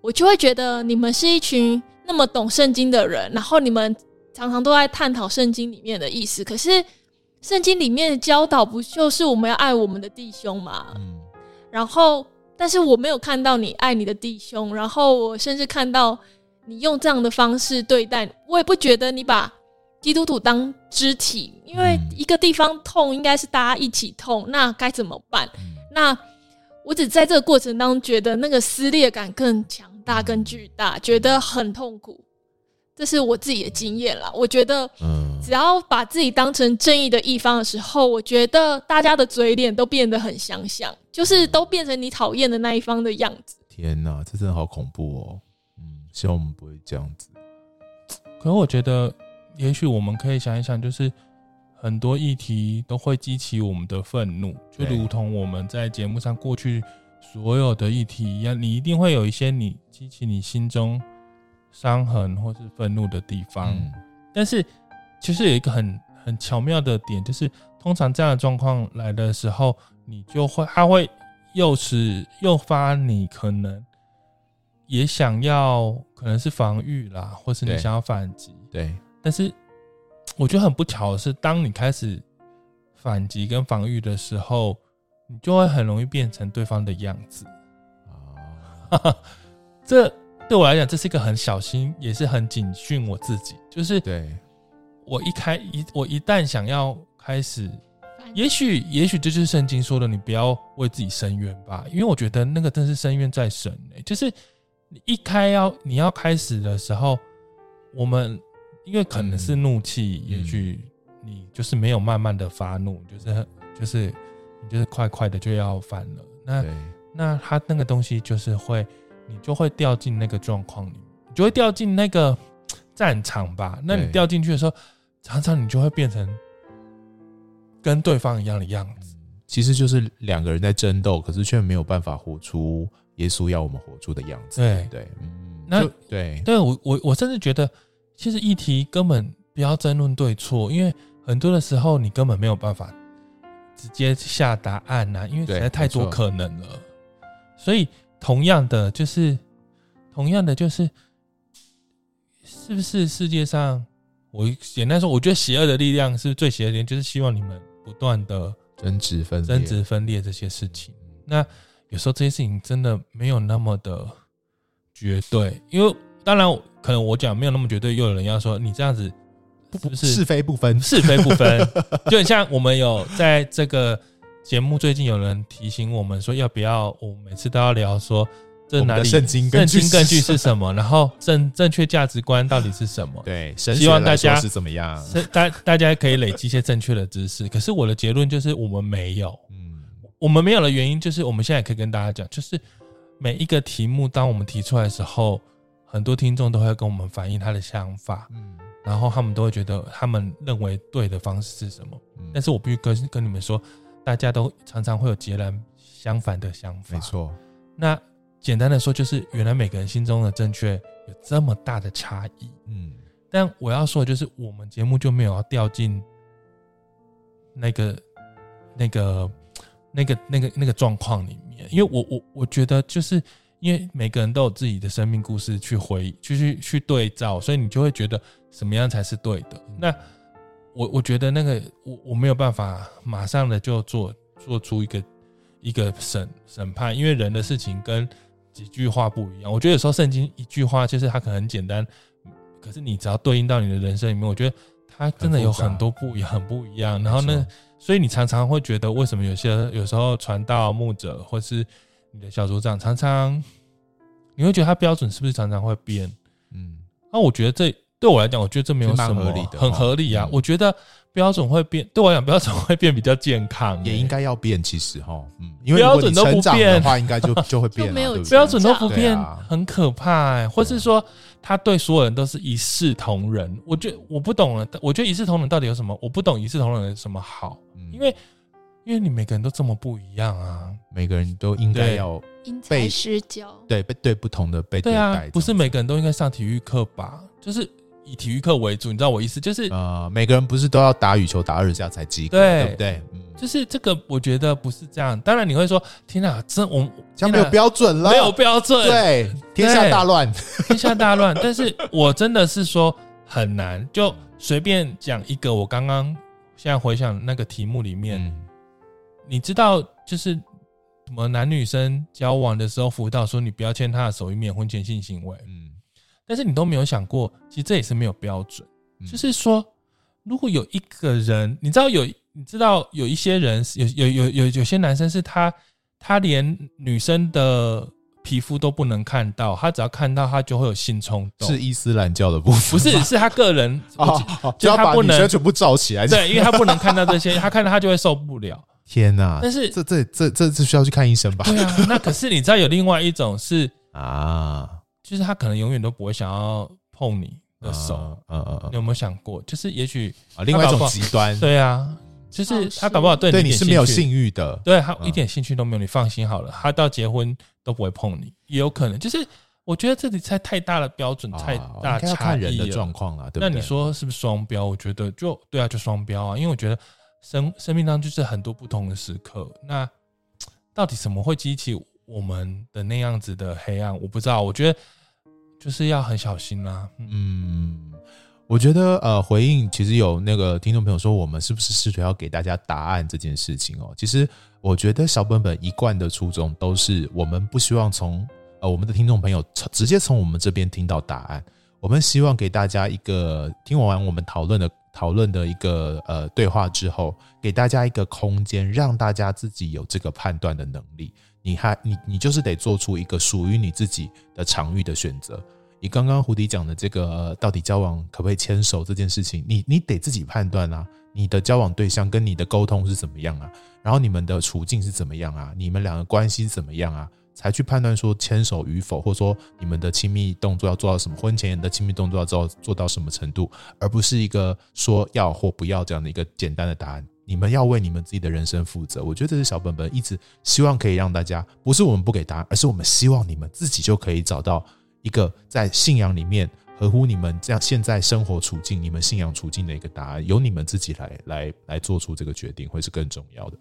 E: 我就会觉得你们是一群那么懂圣经的人，然后你们常常都在探讨圣经里面的意思，可是圣经里面的教导不就是我们要爱我们的弟兄吗？
D: 嗯
E: 然后，但是我没有看到你爱你的弟兄，然后我甚至看到你用这样的方式对待，我也不觉得你把基督徒当肢体，因为
D: 嗯
E: 一个地方痛应该是大家一起痛，那该怎么办？
D: 嗯
E: 那我只在这个过程当中觉得那个撕裂感更强大、更巨大，觉得很痛苦。这是我自己的经验啦，我觉得
C: 呃
D: 嗯
E: 只要把自己当成正义的一方的时候，我觉得大家的嘴脸都变得很相像，就是都变成你讨厌的那一方的样子。
D: 天哪，这真的好恐怖哦。嗯，希望我们不会这样子。
C: 可我觉得，也许我们可以想一想，就是很多议题都会激起我们的愤怒，就
D: 对
C: 如同我们在节目上过去所有的议题一样，你一定会有一些你激起你心中伤痕或是愤怒的地方。
D: 嗯
C: 但是其实有一个很很巧妙的点，就是通常这样的状况来的时候，你就会它会诱使诱发你可能也想要，可能是防御啦，或是你
D: 对
C: 想要反击。
D: 对，
C: 但是我觉得很不巧的是，当你开始反击跟防御的时候，你就会很容易变成对方的样子。
D: 啊，
C: 这对我来讲，这是一个很小心，也是很警讯我自己，就是
D: 对，
C: 我一开一我一旦想要开始，也许也许这就是圣经说的，你不要为自己伸冤吧，因为我觉得那个真是深渊在神、欸、就是你一开要你要开始的时候，我们因为可能是怒气，
D: 嗯
C: 也许你就是没有慢慢的发怒，就是就是你就是快快的就要反了，那
D: 对，
C: 那他那个东西就是会，你就会掉进那个状况里，你就会掉进那个战场吧。那你
D: 对
C: 掉进去的时候，常常你就会变成跟对方一样的样子。
D: 其实就是两个人在争斗，可是却没有办法活出耶稣要我们活出的样子。
C: 对
D: 对，嗯，
C: 那
D: 就对，
C: 对我，我我甚至觉得，其实议题根本不要争论对错，因为很多的时候你根本没有办法直接下答案呐、因为实
D: 对
C: 在太多
D: 没错
C: 可能了。所以，同样的就是，同样的就是，是不是世界上，我简单说，我觉得邪恶的力量是最邪恶的力量，就是希望你们不断的
D: 争执分裂嗯
C: 争执、分裂这些事情。那有时候这些事情真的没有那么的绝对，因为当然可能我讲没有那么绝对，又有人要说你这样子是不是
D: 是非不分。
C: 是非不分， 就很像我们有在这个节目最近有人提醒我们说要不要，我们每次都要聊说这
D: 我们
C: 哪
D: 的
C: 里
D: 圣经
C: 圣
D: 根据
C: 经根据
D: 是什
C: 是什么，然后正正确价值观到底是什 么？
D: 对，神
C: 希望
D: 学来
C: 大家
D: 说是怎么样？
C: 是大大家可以累积一些正确的知识，可是我的结论就是我们没有，
D: 嗯，
C: 我们没有的原因就是，我们现在也可以跟大家讲，就是每一个题目，当我们提出来的时候，很多听众都会跟我们反映他的想法，
D: 嗯
C: 然后他们都会觉得他们认为对的方式是什么。
D: 嗯
C: 但是我必须跟跟你们说，大家都常常会有截然相反的想法。
D: 没，错，
C: 那简单的说，就是原来每个人心中的正确有这么大的差异。
D: 嗯，
C: 但我要说的就是，我们节目就没有要掉进那个、那个、那个、那个、那个状况里面，因为我我我觉得就是因为每个人都有自己的生命故事去回忆、去去去对照，所以你就会觉得什么样才是对的。那我我觉得那个我我没有办法马上的就做做出一个一个审审判，因为人的事情跟几句话不一样。我觉得有时候圣经一句话就是它可能很简单，可是你只要对应到你的人生里面，我觉得它真的有很多不一很不一样。然后
D: 没
C: 呢
D: 错，
C: 所以你常常会觉得为什么有些有时候传道牧者或是你的小组长常常你会觉得他标准是不是常常会变？
D: 嗯，
C: 那我觉得这对我来讲，我觉得这没有
D: 是蛮
C: 什么
D: 合理的
C: 很
D: 哦
C: 合理啊。
D: 嗯
C: 我觉得标准会变，对我来讲标准会变比较健康、
D: 也
C: 欸
D: 应该要变，其实哈，嗯，因为
C: 标
D: 如果
C: 准
D: 你
C: 都不
D: 成长的
C: 变
D: 话，应该就就会变
E: 没有
D: 了，对不
E: 进
D: 对
C: 标准都不
D: 对
C: 变
D: 啊，
C: 很可怕、欸。或是
D: 对啊
C: 说他对所有人都是一视同仁，我觉得我不懂了。我觉得一视同仁到底有什么？我不懂一视同仁有什么好，
D: 嗯
C: 因为因为你每个人都这么不一样啊。
D: 每个人都应该
C: 对
D: 要
E: 因材
D: 被
E: 施教，
D: 对被对不同的被
C: 对
D: 待这
C: 啊
D: 样子，
C: 不是每个人都应该上体育课吧？就是以体育课为主，你知道我意思？就是、
D: 呃，每个人不是都要打羽球打二十下才及格，
C: 对
D: 对不对？嗯，
C: 就是这个，我觉得不是这样。当然你会说，天哪，真我们啊
D: 这样没有标准了，
C: 没有标准，
D: 对，天下大 乱，
C: 天下大乱。但是我真的是说很难，就随便讲一个。我刚刚现在回想那个题目里面，
D: 嗯，
C: 你知道就是什么男女生交往的时候辅导说你不要牵他的手，以免婚前性行为。
D: 嗯
C: 但是你都没有想过，其实这也是没有标准。
D: 嗯
C: 就是说，如果有一个人，你知道有，你知道有一些人是，有有有有有些男生是他，他连女生的皮肤都不能看到，他只要看到他就会有性冲动。
D: 是伊斯兰教的部分，
C: 不是，是他个人，我记
D: 哦，
C: 就
D: 就要
C: 他
D: 把
C: 不
D: 女
C: 能
D: 生全部罩起来。
C: 对，因为他不能看到这些，他看到他就会受不了。
D: 天哪！
C: 但是
D: 啊这这这这这需要去看医生吧？
C: 对啊，那可是你知道有另外一种是，
D: 啊，
C: 就是他可能永远都不会想要碰你的手
D: 啊，，嗯嗯
C: 你
D: 嗯，
C: 有没有想过？就是也许
D: 啊另外一
C: 他搞不
D: 种
C: 好
D: 极端，
C: 对啊，就是他搞不好对你
D: 对
C: 一
D: 你
C: 点
D: 是没有
C: 兴趣
D: 性欲的，
C: 对他
D: 嗯
C: 一点兴趣都没有，你放心好了，他到结婚都不会碰你，也有可能。就是我觉得这里太太大的标准，
D: 啊
C: 太大
D: 应该
C: 差
D: 要看人
C: 异
D: 的
C: 了。
D: 状况啦，对不
C: 那
D: 对？
C: 你说是不是双标？我觉得就对啊，就双标啊，因为我觉得生生命当中就是很多不同的时刻，那到底什么会激起我们的那样子的黑暗？我不知道，我觉得就是要很小心啦、嗯
D: 嗯，我觉得呃，回应其实有那个听众朋友说，我们是不是试图要给大家答案这件事情哦？其实我觉得小本本一贯的初衷都是，我们不希望从呃我们的听众朋友从直接从我们这边听到答案，我们希望给大家一个听完我们讨论的讨论的一个呃对话之后，给大家一个空间，让大家自己有这个判断的能力。你还你你就是得做出一个属于你自己的场域的选择。你刚刚胡迪讲的这个、呃到底交往可不可以牵手这件事情，你你得自己判断啊，你的交往对象跟你的沟通是怎么样啊，然后你们的处境是怎么样啊，你们两个关系是怎么样啊，才去判断说牵手与否，或者说你们的亲密动作要做到什么，婚前的亲密动作要做做到什么程度，而不是一个说要或不要这样的一个简单的答案。你们要为你们自己的人生负责，我觉得这是小本本一直希望可以让大家，不是我们不给答案，而是我们希望你们自己就可以找到一个在信仰里面合乎你们这样现在生活处境、你们信仰处境的一个答案，由你们自己来来来做出这个决定，会是更重要的。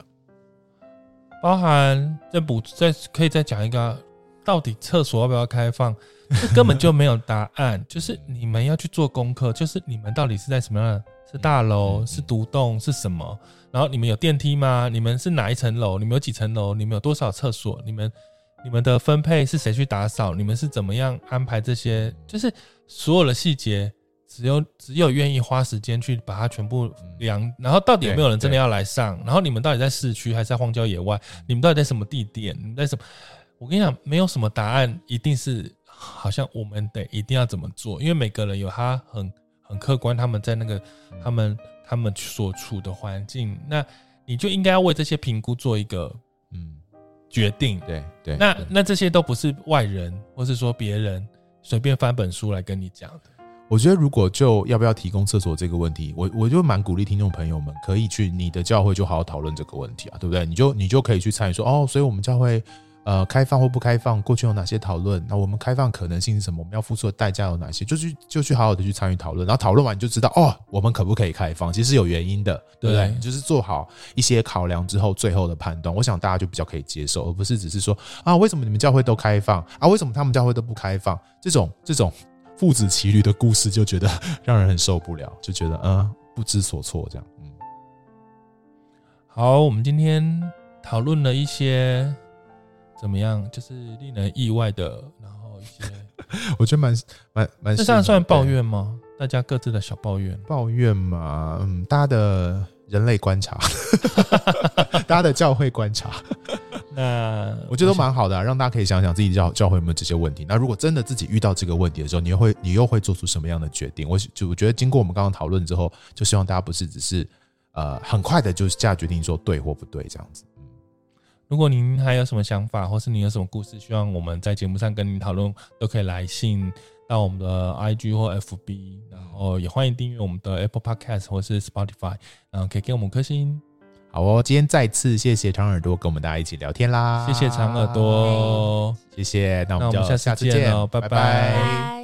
C: 包含再补再可以再讲一个啊，到底厕所要不要开放，这根本就没有答案。 就是你们要去做功课，就是你们到底是在什么样的？是大楼、
D: 嗯嗯
C: 是独栋、是什么？然后你们有电梯吗？你们是哪一层楼？你们有几层楼？你们有多少厕所？你们你们的分配是谁去打扫？你们是怎么样安排这些？就是所有的细节，只有只有愿意花时间去把它全部
D: 嗯
C: 量，然后到底有没有人真的要来上？然后你们到底在市区还是在荒郊野外？
D: 嗯
C: 你们到底在什么地点？你们在什么？我跟你讲，没有什么答案，一定是好像我们得一定要怎么做，因为每个人有他很很客观，他们在那个他们他们所处的环境，那你就应该要为这些评估做一个
D: 嗯，
C: 决定。
D: 对对。
C: 那
D: 对
C: 那这些都不是外人，或是说别人随便翻本书来跟你讲的。
D: 我觉得如果就要不要提供厕所这个问题，我我就蛮鼓励听众朋友们可以去你的教会就好好讨论这个问题啊，对不对？你就你就可以去参与说哦，所以我们教会呃开放或不开放，过去有哪些讨论？那我们开放可能性是什么？我们要付出的代价有哪些？就去就去好好的去参与讨论，然后讨论完你就知道哦，我们可不可以开放？其实有原因的，对不对？
C: 对
D: 就是做好一些考量之后，最后的判断，我想大家就比较可以接受，而不是只是说啊，为什么你们教会都开放啊？为什么他们教会都不开放？这种这种父子骑驴的故事，就觉得让人很受不了，就觉得嗯不知所措这样。嗯，
C: 好，我们今天讨论了一些怎么样，就是令人意外的，然后一 些
D: 我觉得蛮蛮蛮，
C: 这算算抱怨吗？大家各自的小抱怨。
D: 抱怨嘛，嗯，大家的人类观察， 大家的教会观察，
C: 那
D: 我觉得都
C: 想
D: 蛮好的、啊，让大家可以想想自己教教会有没有这些问题。那如果真的自己遇到这个问题的时候，你又会你又会做出什么样的决定？我就我觉得经过我们刚刚讨论之后，就希望大家不是只是呃很快的就下决定说对或不对这样子。
C: 如果您还有什么想法，或是你有什么故事，希望我们在节目上跟您讨论，都可以来信到我们的 IG 或 FB，然后也欢迎订阅我们的 Apple Podcast 或是 Spotify，然后可以给我们五颗星，
D: 好哦，今天再次谢谢长耳朵跟我们大家一起聊天啦，
C: 谢谢长耳，朵。
D: 谢谢，那我
C: 那
D: 们
C: 我
D: 就
C: 们下次
D: 次
C: 见
D: 见
C: 哦拜拜
D: 拜
B: 拜。